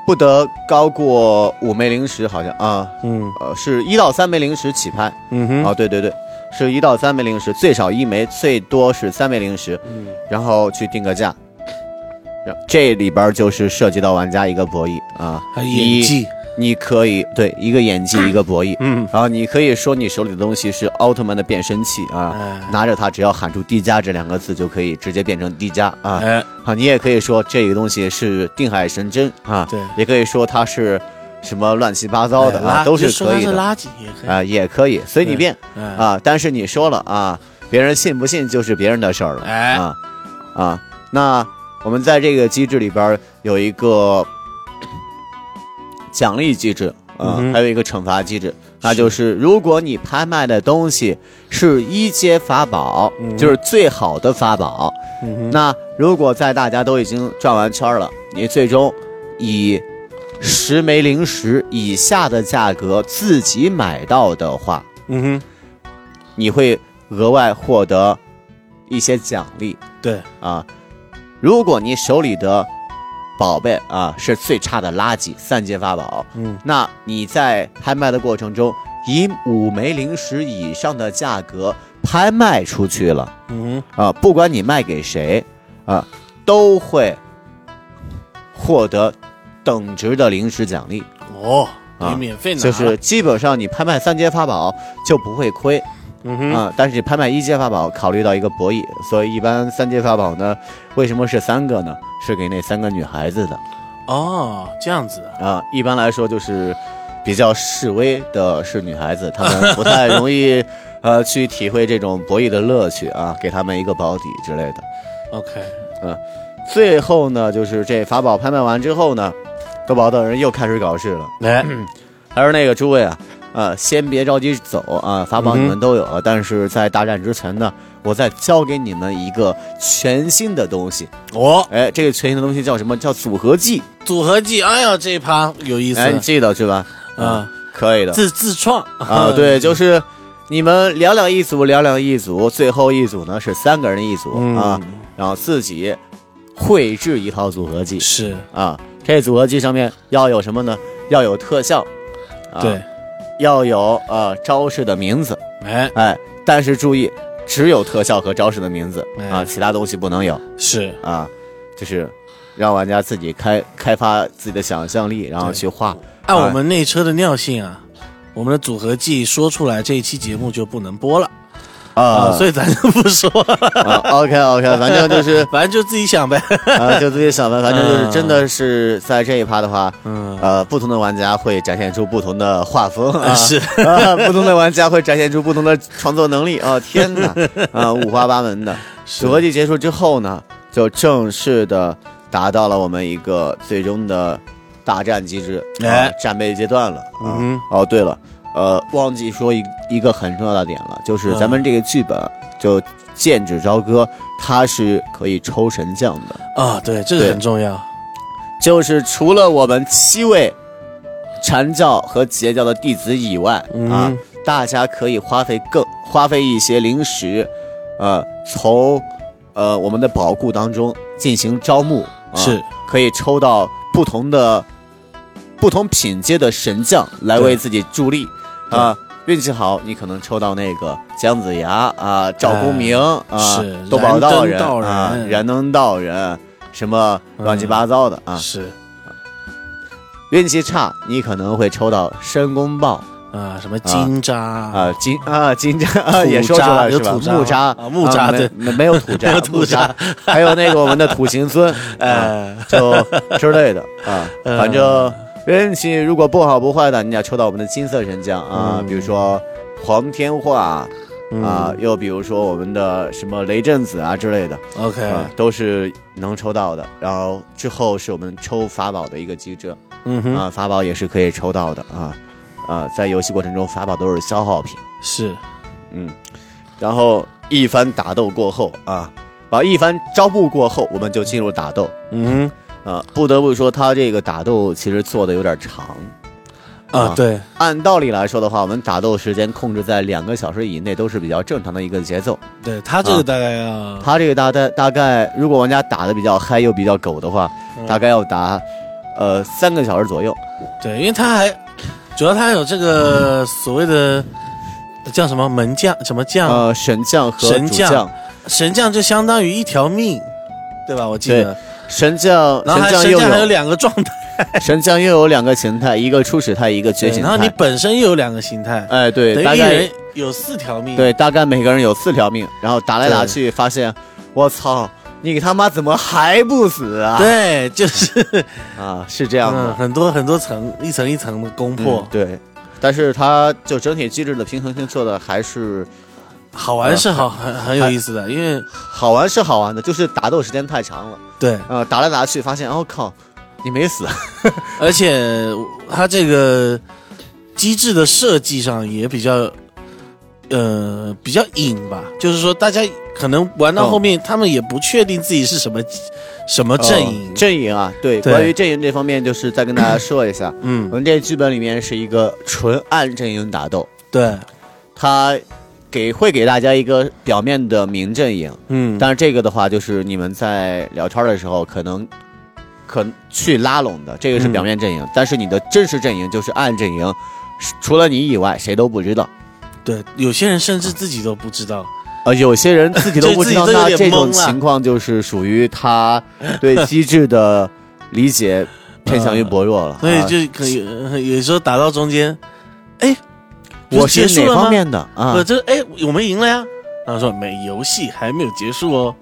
[SPEAKER 1] 不得高过五枚零食，好像啊，
[SPEAKER 4] 嗯
[SPEAKER 1] 呃，是一到三枚零食起拍。
[SPEAKER 4] 嗯哼，
[SPEAKER 1] 啊，对对对，是一到三枚零食，最少一枚，最多是三枚零食，
[SPEAKER 4] 嗯
[SPEAKER 1] 然后去定个价。然这里边就是涉及到玩家一个博弈啊，
[SPEAKER 4] 还有演
[SPEAKER 1] 一，
[SPEAKER 4] 技，
[SPEAKER 1] 你可以对一个演
[SPEAKER 4] *clears throat*
[SPEAKER 1] 技一个博弈，
[SPEAKER 4] 嗯，
[SPEAKER 1] 然后你可以说你手里的东西是奥特曼的变身器啊，
[SPEAKER 4] 哎
[SPEAKER 1] 拿着它只要喊出“迪迦”这两个字就可以直接变成迪迦啊。
[SPEAKER 4] 哎，
[SPEAKER 1] 啊，你也可以说这个东西是定海神针啊，
[SPEAKER 4] 对
[SPEAKER 1] 也可以说它是什么乱七八糟的
[SPEAKER 4] 哎
[SPEAKER 1] 啊，
[SPEAKER 4] 垃
[SPEAKER 1] 都是
[SPEAKER 4] 就说
[SPEAKER 1] 可
[SPEAKER 4] 它
[SPEAKER 1] 以
[SPEAKER 4] 是
[SPEAKER 1] 的啊、
[SPEAKER 4] 垃圾也可以，
[SPEAKER 1] 也可以随你
[SPEAKER 4] 对
[SPEAKER 1] 便
[SPEAKER 4] 哎
[SPEAKER 1] 啊。但是你说了啊，别人信不信就是别人的事儿了、
[SPEAKER 4] 哎
[SPEAKER 1] 啊啊。那我们在这个机制里边儿有一个奖励机制啊，
[SPEAKER 4] 嗯哼
[SPEAKER 1] 还有一个惩罚机制，那就是如果你拍卖的东西是一阶法宝，就是最好的法宝。
[SPEAKER 4] 嗯哼，
[SPEAKER 1] 那如果在大家都已经转完圈了，你最终以十枚零食以下的价格自己买到的话，
[SPEAKER 4] 嗯
[SPEAKER 1] 你会额外获得一些奖励
[SPEAKER 4] 哼，对，
[SPEAKER 1] 啊。如果你手里的宝贝啊是最差的垃圾三阶法宝，
[SPEAKER 4] 嗯，
[SPEAKER 1] 那你在拍卖的过程中以五枚零食以上的价格拍卖出去了。
[SPEAKER 4] 嗯哼，
[SPEAKER 1] 啊，不管你卖给谁啊，都会获得等值的零食奖励，
[SPEAKER 4] 哦，
[SPEAKER 1] 啊
[SPEAKER 4] 你免费拿，
[SPEAKER 1] 就是，基本上你拍卖三阶法宝就不会亏
[SPEAKER 4] 嗯哼，
[SPEAKER 1] 啊。但是你拍卖一阶法宝，考虑到一个博弈，所以一般三阶法宝呢，为什么是三个呢？是给那三个女孩子的
[SPEAKER 4] 哦，这样子啊，
[SPEAKER 1] 啊。一般来说就是比较示威的是女孩子，她们不太容
[SPEAKER 4] *laughs*
[SPEAKER 1] 易呃去体会这种博弈的乐趣啊，给她们一个保底之类的。
[SPEAKER 4] ，OK，
[SPEAKER 1] 最后呢，就是这法宝拍卖完之后呢，多宝等人又开始搞事了。
[SPEAKER 4] 来，
[SPEAKER 1] 他说：“那个诸位啊，呃，先别着急走啊，法宝你们
[SPEAKER 4] 嗯
[SPEAKER 1] 都有了，但是在大战之前呢，我再教给你们一个全新的东西。
[SPEAKER 4] 哦，
[SPEAKER 1] 哎，这个全新的东西叫什么？叫组合技。
[SPEAKER 4] 组合技，哎呀，这一趴有意思
[SPEAKER 1] 哎，你嗯记得是吧？
[SPEAKER 4] 啊，
[SPEAKER 1] 可以的
[SPEAKER 4] 自自创 *laughs*
[SPEAKER 1] 啊，对，就是。”你们两两一组，两两一组，最后一组呢是三个人一组、
[SPEAKER 4] 嗯
[SPEAKER 1] 啊，然后自己绘制一套组合技，
[SPEAKER 4] 是，
[SPEAKER 1] 啊，这组合技上面要有什么呢？要有特效，啊、
[SPEAKER 4] 对，，
[SPEAKER 1] 要有呃招式的名字，
[SPEAKER 4] 哎，
[SPEAKER 1] 哎，但是注意，只有特效和招式的名字啊，
[SPEAKER 4] 哎
[SPEAKER 1] 其他东西不能有
[SPEAKER 4] 是，
[SPEAKER 1] 啊，就是让玩家自己开开发自己的想象力，然后去画。哎
[SPEAKER 4] 按我们内车的尿性啊，我们的组合技说出来，这一期节目就不能播了啊，所以咱就不说 *laughs* 了，
[SPEAKER 1] OK OK，反正
[SPEAKER 4] *laughs*
[SPEAKER 1] 就是
[SPEAKER 4] 反正就自己想呗。
[SPEAKER 1] 啊，就自己想吧，反正就是真的是在这一趴的话，
[SPEAKER 4] 嗯
[SPEAKER 1] 呃，不同的玩家会展现出不同的画风啊，
[SPEAKER 4] *laughs* 是
[SPEAKER 1] 啊， *laughs* 不同的玩家会展现出不同的创作能力啊，天哪，啊，五花八门的。组合技结束之后呢，就正式的达到了我们一个最终的大战机制，啊
[SPEAKER 4] 哎
[SPEAKER 1] 战备阶段了啊
[SPEAKER 4] 嗯。
[SPEAKER 1] 哦，对了，呃，忘记说一一个很重要的点了，
[SPEAKER 4] 嗯
[SPEAKER 1] 就是咱们这个剧本就剑指朝歌，它是可以抽神将的。
[SPEAKER 4] 啊，对，这个
[SPEAKER 1] 对
[SPEAKER 4] 很重要。
[SPEAKER 1] 就是除了我们七位禅教和截教的弟子以外、啊
[SPEAKER 4] 嗯，
[SPEAKER 1] 大家可以花费更花费一些零食，呃，从呃我们的宝库当中进行招募，啊、
[SPEAKER 4] 是
[SPEAKER 1] 可以抽到不同的不同品阶的神将来
[SPEAKER 4] 对
[SPEAKER 1] 为自己助力啊。运气好，你可能抽到那个姜子牙啊、赵公明啊、
[SPEAKER 4] 哎是
[SPEAKER 1] 窦宝道人
[SPEAKER 4] 燃灯道人嗯
[SPEAKER 1] 啊、燃灯道人，什么乱七八糟的啊。
[SPEAKER 4] 是
[SPEAKER 1] 运气差，你可能会抽到申公豹
[SPEAKER 4] 啊，什么金渣啊，
[SPEAKER 1] 啊、金啊金渣啊，
[SPEAKER 4] 土
[SPEAKER 1] 也说出来
[SPEAKER 4] 渣有
[SPEAKER 1] 是吧？
[SPEAKER 4] 土渣
[SPEAKER 1] 木渣
[SPEAKER 4] 啊木渣
[SPEAKER 1] 啊
[SPEAKER 4] 对
[SPEAKER 1] 没没没有土
[SPEAKER 4] *laughs* 没
[SPEAKER 1] 渣，
[SPEAKER 4] 有土
[SPEAKER 1] 木
[SPEAKER 4] 渣，
[SPEAKER 1] 还有那个我们的土行
[SPEAKER 4] *laughs*
[SPEAKER 1] 孙，啊，
[SPEAKER 4] 呃，
[SPEAKER 1] 就之类的
[SPEAKER 4] *laughs*
[SPEAKER 1] 啊，
[SPEAKER 4] 嗯
[SPEAKER 1] 反正运气如果不好不坏的，你要抽到我们的金色神将啊，
[SPEAKER 4] 嗯
[SPEAKER 1] 比如说黄天化啊，又比如说我们的什么雷震子啊之类的，
[SPEAKER 4] OK，
[SPEAKER 1] 啊，都是能抽到的。然后之后是我们抽法宝的一个机制，
[SPEAKER 4] 嗯哼，
[SPEAKER 1] 啊，法宝也是可以抽到的啊，啊，在游戏过程中法宝都是消耗品。
[SPEAKER 4] 是
[SPEAKER 1] 嗯然后一番打斗过后啊，把一番招募过后，我们就进入打斗
[SPEAKER 4] 嗯
[SPEAKER 1] 啊。不得不说，他这个打斗其实做的有点长。
[SPEAKER 4] 哼啊，对，
[SPEAKER 1] 按道理来说的话，我们打斗时间控制在两个小时以内都是比较正常的一个节奏。
[SPEAKER 4] 对他这
[SPEAKER 1] 啊
[SPEAKER 4] 个大概要嗯
[SPEAKER 1] 他这个大概大概，如果玩家打的比较嗨又比较狗的话，大概要打呃三个小时左右。
[SPEAKER 4] 对，因为他还主要他还有这个所谓的叫什么门将什么将、
[SPEAKER 1] 呃，神将和
[SPEAKER 4] 嗯神
[SPEAKER 1] 主
[SPEAKER 4] 将
[SPEAKER 1] 将，
[SPEAKER 4] 神将，就相当于一条命，对吧？我记得，
[SPEAKER 1] 神将
[SPEAKER 4] 然后
[SPEAKER 1] 神
[SPEAKER 4] 还
[SPEAKER 1] 将
[SPEAKER 4] 神
[SPEAKER 1] 又
[SPEAKER 4] 将还有
[SPEAKER 1] 有
[SPEAKER 4] 两个状态，
[SPEAKER 1] 神将又有两个形态，一个初始态，一个觉
[SPEAKER 4] 对
[SPEAKER 1] 醒
[SPEAKER 4] 然后你
[SPEAKER 1] 态。
[SPEAKER 4] 本身又有两个形态，
[SPEAKER 1] 哎，对，
[SPEAKER 4] 等
[SPEAKER 1] 大
[SPEAKER 4] 于一
[SPEAKER 1] 概
[SPEAKER 4] 人有四条命。
[SPEAKER 1] 对，大概每个人有四条命，然后打来打
[SPEAKER 4] 嗯对
[SPEAKER 1] 去，发现我操，你他妈怎么还不死啊？
[SPEAKER 4] 对，
[SPEAKER 1] *laughs*
[SPEAKER 4] 就是
[SPEAKER 1] 啊，是这样的。
[SPEAKER 4] 嗯，很多很多层，一层一层的攻破
[SPEAKER 1] 嗯，对，但是它就整体机制的平衡性做的还是
[SPEAKER 4] 好玩是好，很很有意思的，因为
[SPEAKER 1] 好玩是好玩的，就是打斗时间太长了，
[SPEAKER 4] 对，
[SPEAKER 1] 呃，打来打去发现，哦靠，你没死，
[SPEAKER 4] 哦而且它这个机制的设计上也比较，呃，比较隐吧，就是说大家可能玩到后面，他们也不确定自己是什么什么阵营，
[SPEAKER 1] 呃阵营啊，对，
[SPEAKER 4] 对
[SPEAKER 1] 关于阵营这方面，就是再跟大家说
[SPEAKER 4] *coughs*
[SPEAKER 1] 一下，
[SPEAKER 4] 嗯
[SPEAKER 1] 我，们这剧本里面是一个纯暗阵营打斗，
[SPEAKER 4] 对，
[SPEAKER 1] 它给会给大家一个表面的明阵营，
[SPEAKER 4] 嗯，
[SPEAKER 1] 但是这个的话，就是你们在聊天的时候可能。可去拉拢的，这个是表面阵营，但是你的真实阵营就是暗阵营，是除了你以外谁都不知道。
[SPEAKER 4] 对，有些人甚至自己都不知道，
[SPEAKER 1] 呃，有些人自己 *laughs* 都不
[SPEAKER 4] 自
[SPEAKER 1] 知
[SPEAKER 4] 己
[SPEAKER 1] 道，
[SPEAKER 4] 都有
[SPEAKER 1] 那
[SPEAKER 4] 点
[SPEAKER 1] 这种
[SPEAKER 4] 懵了
[SPEAKER 1] 情况就是属于他对机制的理 *laughs* 解偏向于薄弱了。
[SPEAKER 4] 所以
[SPEAKER 1] 啊
[SPEAKER 4] 就可以、呃有时候打到中间，哎，不
[SPEAKER 1] 我
[SPEAKER 4] 结
[SPEAKER 1] 是
[SPEAKER 4] 束
[SPEAKER 1] 哪
[SPEAKER 4] 了吗
[SPEAKER 1] 方？面的啊
[SPEAKER 4] 不，？这哎，我们赢了呀。然后说没游戏还没有结束哦，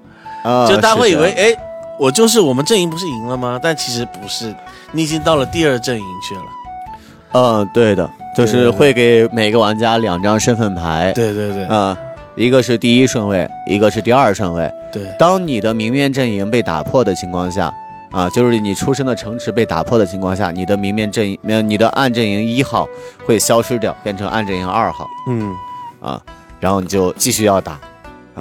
[SPEAKER 1] 啊
[SPEAKER 4] 就大家会以
[SPEAKER 1] 是
[SPEAKER 4] 为
[SPEAKER 1] 的
[SPEAKER 4] 哎，我就是我们阵营不是赢了吗？但其实不是，你已经到了第二阵营去了。
[SPEAKER 1] 嗯，对的，就是会给每个玩家两张身份牌，
[SPEAKER 4] 对对对
[SPEAKER 1] 啊，一个是第一顺位，一个是第二顺位。
[SPEAKER 4] 对
[SPEAKER 1] 当你的明面阵营被打破的情况下，啊，就是你出生的城池被打破的情况下，你的明面阵营，呃你的暗阵营一号会消失掉，变成暗阵营二号。
[SPEAKER 4] 嗯，
[SPEAKER 1] 啊，然后你就继续要打，啊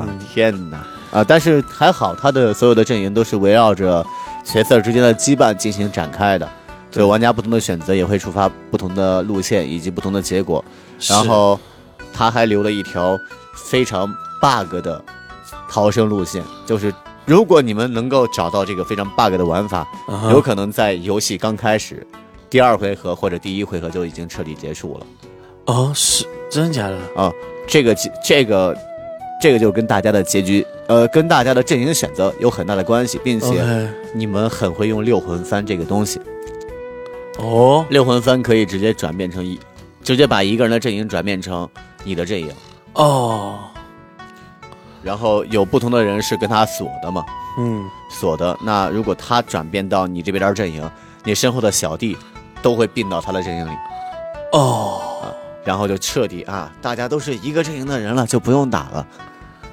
[SPEAKER 4] 嗯，
[SPEAKER 1] 天哪，啊，但是还好，他的所有的阵营都是围绕着角色之间的羁绊进行展开的，所以玩家不同的选择也会触发不同的路线以及不同的结果。
[SPEAKER 4] 是
[SPEAKER 1] 然后他还留了一条非常 bug 的逃生路线，就是如果你们能够找到这个非常 bug 的玩法，
[SPEAKER 4] 啊哈
[SPEAKER 1] 有可能在游戏刚开始。第二回合或者第一回合就已经彻底结束了。
[SPEAKER 4] 哦，是真的假的？
[SPEAKER 1] 这个结这个这个就跟大家的结局，呃，跟大家的阵营选择有很大的关系，并且
[SPEAKER 4] OK，
[SPEAKER 1] 你们很会用六魂幡这个东西，
[SPEAKER 4] 哦，
[SPEAKER 1] 六魂幡可以直接转变成一，直接把一个人的阵营转变成你的阵营，
[SPEAKER 4] 哦，
[SPEAKER 1] 然后有不同的人是跟他锁的嘛，
[SPEAKER 4] 嗯，
[SPEAKER 1] 锁的。那如果他转变到你这边的阵营，你身后的小弟都会并到他的阵营里。
[SPEAKER 4] 哦，
[SPEAKER 1] 然后就彻底啊，大家都是一个阵营的人了，就不用打了。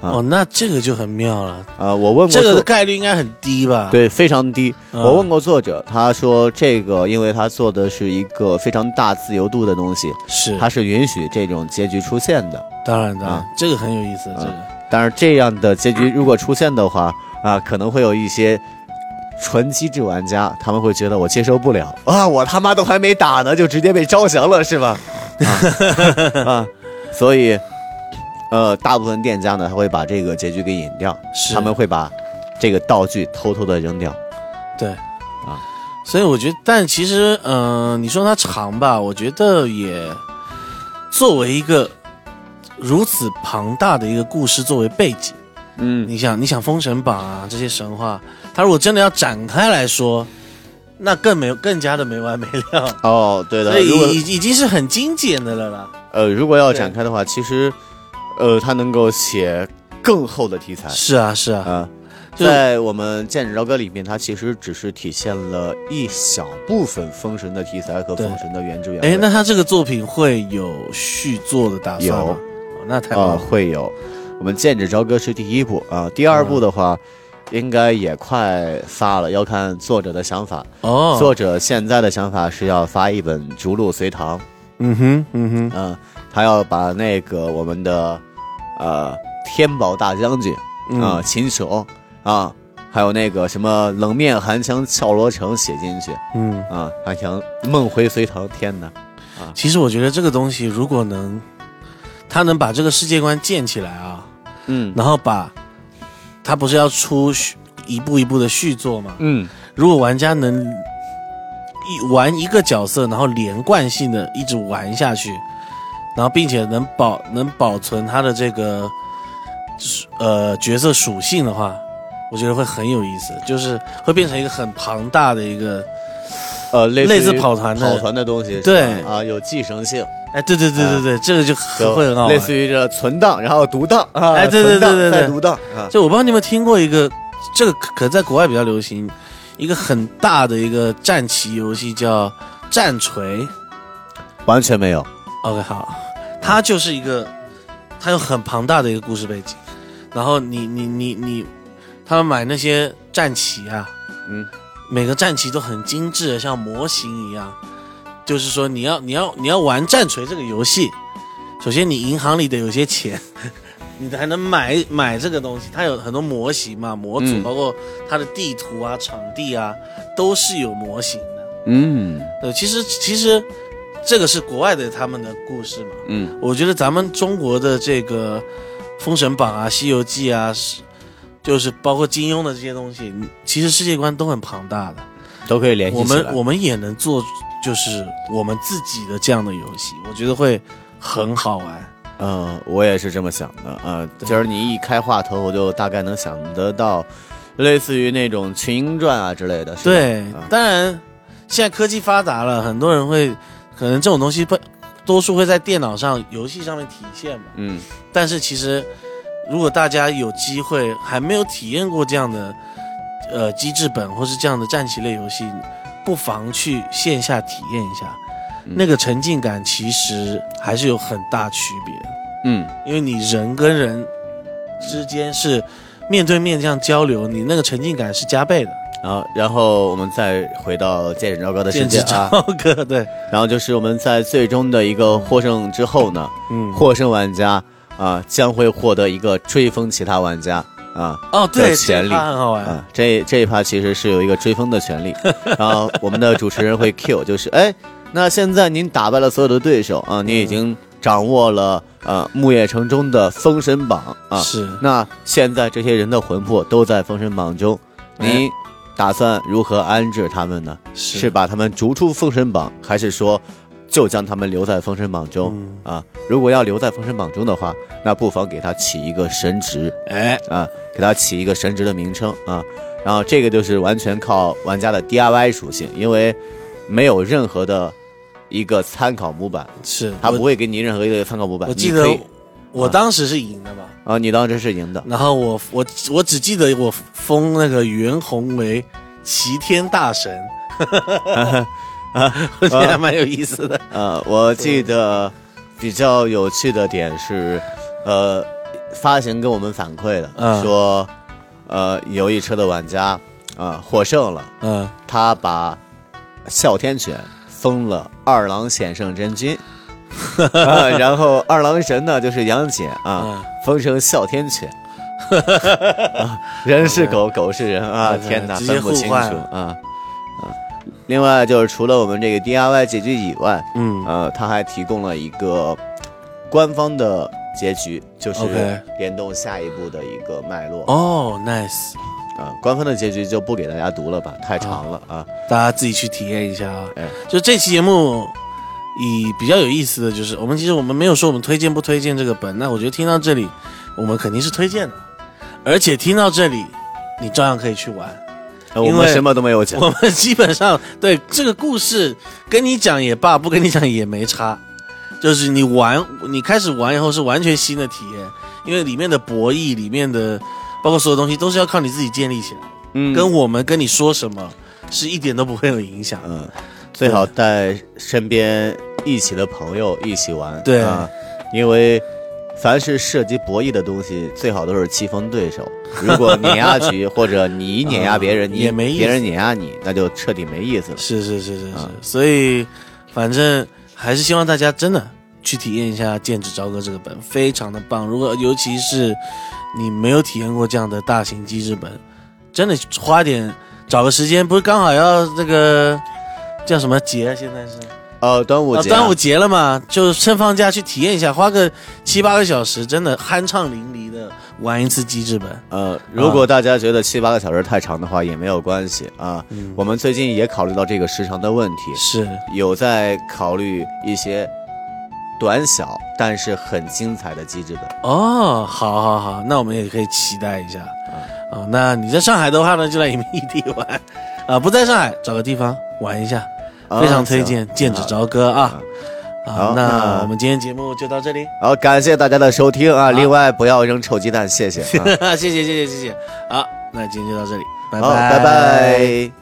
[SPEAKER 1] 啊
[SPEAKER 4] 哦，那这个就很妙了，
[SPEAKER 1] 啊、我问过
[SPEAKER 4] 这个
[SPEAKER 1] 作
[SPEAKER 4] 的概率应该很低吧？，
[SPEAKER 1] 对，非常低。
[SPEAKER 4] 嗯
[SPEAKER 1] 我问过作者，他说这个，因为他做的是一个非常大自由度的东西，
[SPEAKER 4] 是，
[SPEAKER 1] 他是允许这种结局出现的。
[SPEAKER 4] 当然当然
[SPEAKER 1] 啊，
[SPEAKER 4] 这个很有意思，
[SPEAKER 1] 啊
[SPEAKER 4] 这个
[SPEAKER 1] 但是这样的结局如果出现的话，啊，可能会有一些纯机制玩家，他们会觉得我接受不了啊，我他妈都还没打呢，就直接被招降了是吧？啊 *laughs* 啊，所以，呃，大部分店家呢，他会把这个结局给隐掉，
[SPEAKER 4] 是
[SPEAKER 1] 他们会把这个道具偷偷的扔掉。
[SPEAKER 4] 对啊，所以我觉得，但其实，嗯、你说它长吧，我觉得也作为一个如此庞大的一个故事作为背景，
[SPEAKER 1] 嗯，
[SPEAKER 4] 你想，你想《封神榜》啊这些神话，它如果真的要展开来说，那更没有更加的没完没了，
[SPEAKER 1] 哦，对
[SPEAKER 4] 所
[SPEAKER 1] 的，
[SPEAKER 4] 以
[SPEAKER 1] 如果
[SPEAKER 4] 已已经是很精简的了啦。
[SPEAKER 1] 呃，如果要
[SPEAKER 4] 对
[SPEAKER 1] 展开的话，其实，呃，它能够写更厚的题材
[SPEAKER 4] 是啊，是啊，
[SPEAKER 1] 啊。
[SPEAKER 4] 就
[SPEAKER 1] 在我们《剑指朝歌》里面，它其实只是体现了一小部分封神的题材和
[SPEAKER 4] 对
[SPEAKER 1] 封神的原汁原味。
[SPEAKER 4] 哎，那他这个作品会有续作的打算
[SPEAKER 1] 有
[SPEAKER 4] 吗？哦那太
[SPEAKER 1] 啊、
[SPEAKER 4] 棒了，
[SPEAKER 1] 会有我们《剑指朝歌》是第一部啊，第二部的话，应该也快发了，要看作者的想法。
[SPEAKER 4] 哦，
[SPEAKER 1] 作者现在的想法是要发一本《逐鹿随堂》，
[SPEAKER 4] 嗯哼，嗯哼，
[SPEAKER 1] 嗯、他要把那个我们的呃天宝大将军。
[SPEAKER 4] 嗯
[SPEAKER 1] 啊，秦琼啊，还有那个什么冷面寒枪俏罗成写进去
[SPEAKER 4] 嗯。
[SPEAKER 1] 啊，还想梦回隋唐，天哪！
[SPEAKER 4] 其实我觉得这个东西如果能，他能把这个世界观建起来啊，
[SPEAKER 1] 嗯
[SPEAKER 4] 然后把，他不是要出续一步一步的续作吗？
[SPEAKER 1] 嗯，
[SPEAKER 4] 如果玩家能一玩一个角色，然后连贯性的一直玩下去，然后并且能保能保存它的这个呃角色属性的话，我觉得会很有意思，就是会变成一个很庞大的一个，
[SPEAKER 1] 呃，类
[SPEAKER 4] 类似
[SPEAKER 1] 于
[SPEAKER 4] 跑团的
[SPEAKER 1] 跑团的东西，是吧
[SPEAKER 4] 对
[SPEAKER 1] 啊，有继承性，
[SPEAKER 4] 哎，对对对对对，这个就很
[SPEAKER 1] 有
[SPEAKER 4] 会很好玩。
[SPEAKER 1] 啊类似于这存档，然后读档啊，
[SPEAKER 4] 哎对对
[SPEAKER 1] 存档
[SPEAKER 4] 对对对
[SPEAKER 1] 再读档啊，
[SPEAKER 4] 就我不知道你有没有听过一个，这个可可能在国外比较流行，一个很大的一个战棋游戏叫战锤。
[SPEAKER 1] 完全没有
[SPEAKER 4] OK，好，它就是一个，它有很庞大的一个故事背景，然后你你你你，他们买那些战旗啊，
[SPEAKER 1] 嗯，
[SPEAKER 4] 每个战旗都很精致，像模型一样。就是说，你要你要你要玩战锤这个游戏，首先你银行里得有些钱， *laughs* 你才能买买这个东西。它有很多模型嘛，模组，
[SPEAKER 1] 嗯
[SPEAKER 4] 包括它的地图啊、场地啊，都是有模型的。
[SPEAKER 1] 嗯
[SPEAKER 4] 呃，其实其实这个是国外的他们的故事嘛。
[SPEAKER 1] 嗯，
[SPEAKER 4] 我觉得咱们中国的这个《封神榜》啊、《西游记》啊，是就是包括金庸的这些东西，你其实世界观都很庞大的。
[SPEAKER 1] 都可以联系
[SPEAKER 4] 我
[SPEAKER 1] 起
[SPEAKER 4] 们
[SPEAKER 1] 来。
[SPEAKER 4] 我们也能做，就是我们自己的这样的游戏，我觉得会很好玩。
[SPEAKER 1] 嗯，我也是这么想的啊。今儿你一开话头，我就大概能想得到，类似于那种《群英传》啊之类的。是吧
[SPEAKER 4] 对，
[SPEAKER 1] 啊
[SPEAKER 4] 当然现在科技发达了，很多人会可能这种东西会多数会在电脑上、游戏上面体现嘛。
[SPEAKER 1] 嗯，
[SPEAKER 4] 但是其实，如果大家有机会还没有体验过这样的呃机制本或是这样的战棋类游戏，不妨去线下体验一下，
[SPEAKER 1] 嗯
[SPEAKER 4] 那个沉浸感其实还是有很大区别的。
[SPEAKER 1] 嗯，
[SPEAKER 4] 因为你人跟人之间是面对面这样交流，你那个沉浸感是加倍的。
[SPEAKER 1] 然后然后我们再回到剑指朝歌的世
[SPEAKER 4] 简
[SPEAKER 1] 界
[SPEAKER 4] 直
[SPEAKER 1] 啊，
[SPEAKER 4] 超哥，对，
[SPEAKER 1] 然后就是我们在最终的一个获胜之后呢，
[SPEAKER 4] 嗯，
[SPEAKER 1] 获胜玩家啊、将会获得一个追风其他玩家啊。
[SPEAKER 4] 哦，对，
[SPEAKER 1] 在潜
[SPEAKER 4] 这
[SPEAKER 1] 力
[SPEAKER 4] 个很好玩。
[SPEAKER 1] 啊，这这一趴其实是有一个追风的权利， *laughs* 然后我们的主持人会 Q，就是哎，那现在您打败了所有的对手啊，你已经掌握了呃木叶城中的封神榜啊，
[SPEAKER 4] 是
[SPEAKER 1] 那现在这些人的魂魄都在封神榜中，你打算如何安置他们呢？
[SPEAKER 4] 是
[SPEAKER 1] 是把他们逐出封神榜，还是说就将他们留在封神榜中、
[SPEAKER 4] 嗯
[SPEAKER 1] 啊？如果要留在封神榜中的话，那不妨给他起一个神职
[SPEAKER 4] 哎，
[SPEAKER 1] 啊，给他起一个神职的名称啊。然后这个就是完全靠玩家的 DIY 属性，因为没有任何的一个参考模板，
[SPEAKER 4] 是
[SPEAKER 1] 他
[SPEAKER 4] 我
[SPEAKER 1] 不会给你任何一个参考模板。
[SPEAKER 4] 我记
[SPEAKER 1] 你
[SPEAKER 4] 得
[SPEAKER 1] 可以
[SPEAKER 4] 我当时是赢的吧，
[SPEAKER 1] 啊，你当时是赢的，
[SPEAKER 4] 然后我我我只记得我封那个袁弘为齐天大神，我觉得还蛮有意思的。
[SPEAKER 1] 呃，啊我记得比较有趣的点是，呃，发行跟我们反馈的、
[SPEAKER 4] 嗯
[SPEAKER 1] 说，呃，有一车的玩家啊、获胜了，
[SPEAKER 4] 嗯，
[SPEAKER 1] 他把哮天犬封了二郎显圣真君。 *laughs*
[SPEAKER 4] *laughs*
[SPEAKER 1] 啊然后二郎神呢，就是杨戬啊
[SPEAKER 4] 嗯，
[SPEAKER 1] 封成哮天
[SPEAKER 4] *laughs*
[SPEAKER 1] 犬，啊人是
[SPEAKER 4] 哎
[SPEAKER 1] 狗，狗是人啊！
[SPEAKER 4] 对
[SPEAKER 1] 天哪，
[SPEAKER 4] 直接
[SPEAKER 1] 分不清楚
[SPEAKER 4] 互换
[SPEAKER 1] 啊啊！另外就是除了我们这个 DIY 结局以外，
[SPEAKER 4] 嗯
[SPEAKER 1] 呃，他还提供了一个官方的结局，就是
[SPEAKER 4] OK
[SPEAKER 1] 联动下一步的一个脉络。
[SPEAKER 4] 哦，nice，
[SPEAKER 1] 啊，官方的结局就不给大家读了吧，太长了啊。
[SPEAKER 4] 大家自己去体验一下啊
[SPEAKER 1] 哎。
[SPEAKER 4] 就这期节目。以比较有意思的就是，我们其实我们没有说我们推荐不推荐这个本，那我觉得听到这里，我们肯定是推荐的，而且听到这里，你照样可以去玩。
[SPEAKER 1] 呃我
[SPEAKER 4] 因
[SPEAKER 1] 们
[SPEAKER 4] 为
[SPEAKER 1] 什么都没有讲，
[SPEAKER 4] 我们基本上对这个故事跟你讲也罢，不跟你讲也没差，就是你玩，你开始玩以后是完全新的体验，因为里面的博弈，里面的包括所有东西都是要靠你自己建立起来，
[SPEAKER 1] 嗯
[SPEAKER 4] 跟我们跟你说什么是一点都不会有影响。
[SPEAKER 1] 嗯，最好带身边一起的朋友一起玩。
[SPEAKER 4] 对
[SPEAKER 1] 啊，因为凡是涉及博弈的东西，最好都是棋逢对
[SPEAKER 4] *laughs*
[SPEAKER 1] 手。如果碾压局或者你碾压别人，
[SPEAKER 4] 嗯
[SPEAKER 1] 你
[SPEAKER 4] 也没意思
[SPEAKER 1] 别人碾压你，那就彻底没意思了。
[SPEAKER 4] 是是是是是，所以反正还是希望大家真的去体验一下《剑指朝歌》这个本，非常的棒。如果尤其是你没有体验过这样的大型机制本，真的花点找个时间，不是刚好要那个叫什么节啊？现在是
[SPEAKER 1] 哦，端午
[SPEAKER 4] 啊
[SPEAKER 1] 节啊、
[SPEAKER 4] 端午节了嘛，就趁放假去体验一下，花个七八个小时，真的酣畅淋漓的玩一次机制本。
[SPEAKER 1] 呃，如果大家觉得七八个小时太长的话，也没有关系啊。
[SPEAKER 4] 嗯
[SPEAKER 1] 我们最近也考虑到这个时长的问题，
[SPEAKER 4] 是，
[SPEAKER 1] 有在考虑一些短小但是很精彩的机制本。
[SPEAKER 4] 哦，好好好，那我们也可以期待一下。
[SPEAKER 1] 嗯
[SPEAKER 4] 啊、那你在上海的话呢，就来一鸣一地玩；啊、不在上海，找个地方玩一下，
[SPEAKER 1] 啊
[SPEAKER 4] 非常推荐，
[SPEAKER 1] 行
[SPEAKER 4] 剑指朝歌啊。啊
[SPEAKER 1] 好，
[SPEAKER 4] 那
[SPEAKER 1] 那
[SPEAKER 4] 我们今天节目就到这里，
[SPEAKER 1] 好，感谢大家的收听啊！另外，不要扔臭
[SPEAKER 4] *laughs*
[SPEAKER 1] 鸡蛋，谢谢。啊
[SPEAKER 4] 谢谢谢谢谢谢。好，那今天就到这里，拜
[SPEAKER 1] 好，
[SPEAKER 4] 拜
[SPEAKER 1] 拜拜。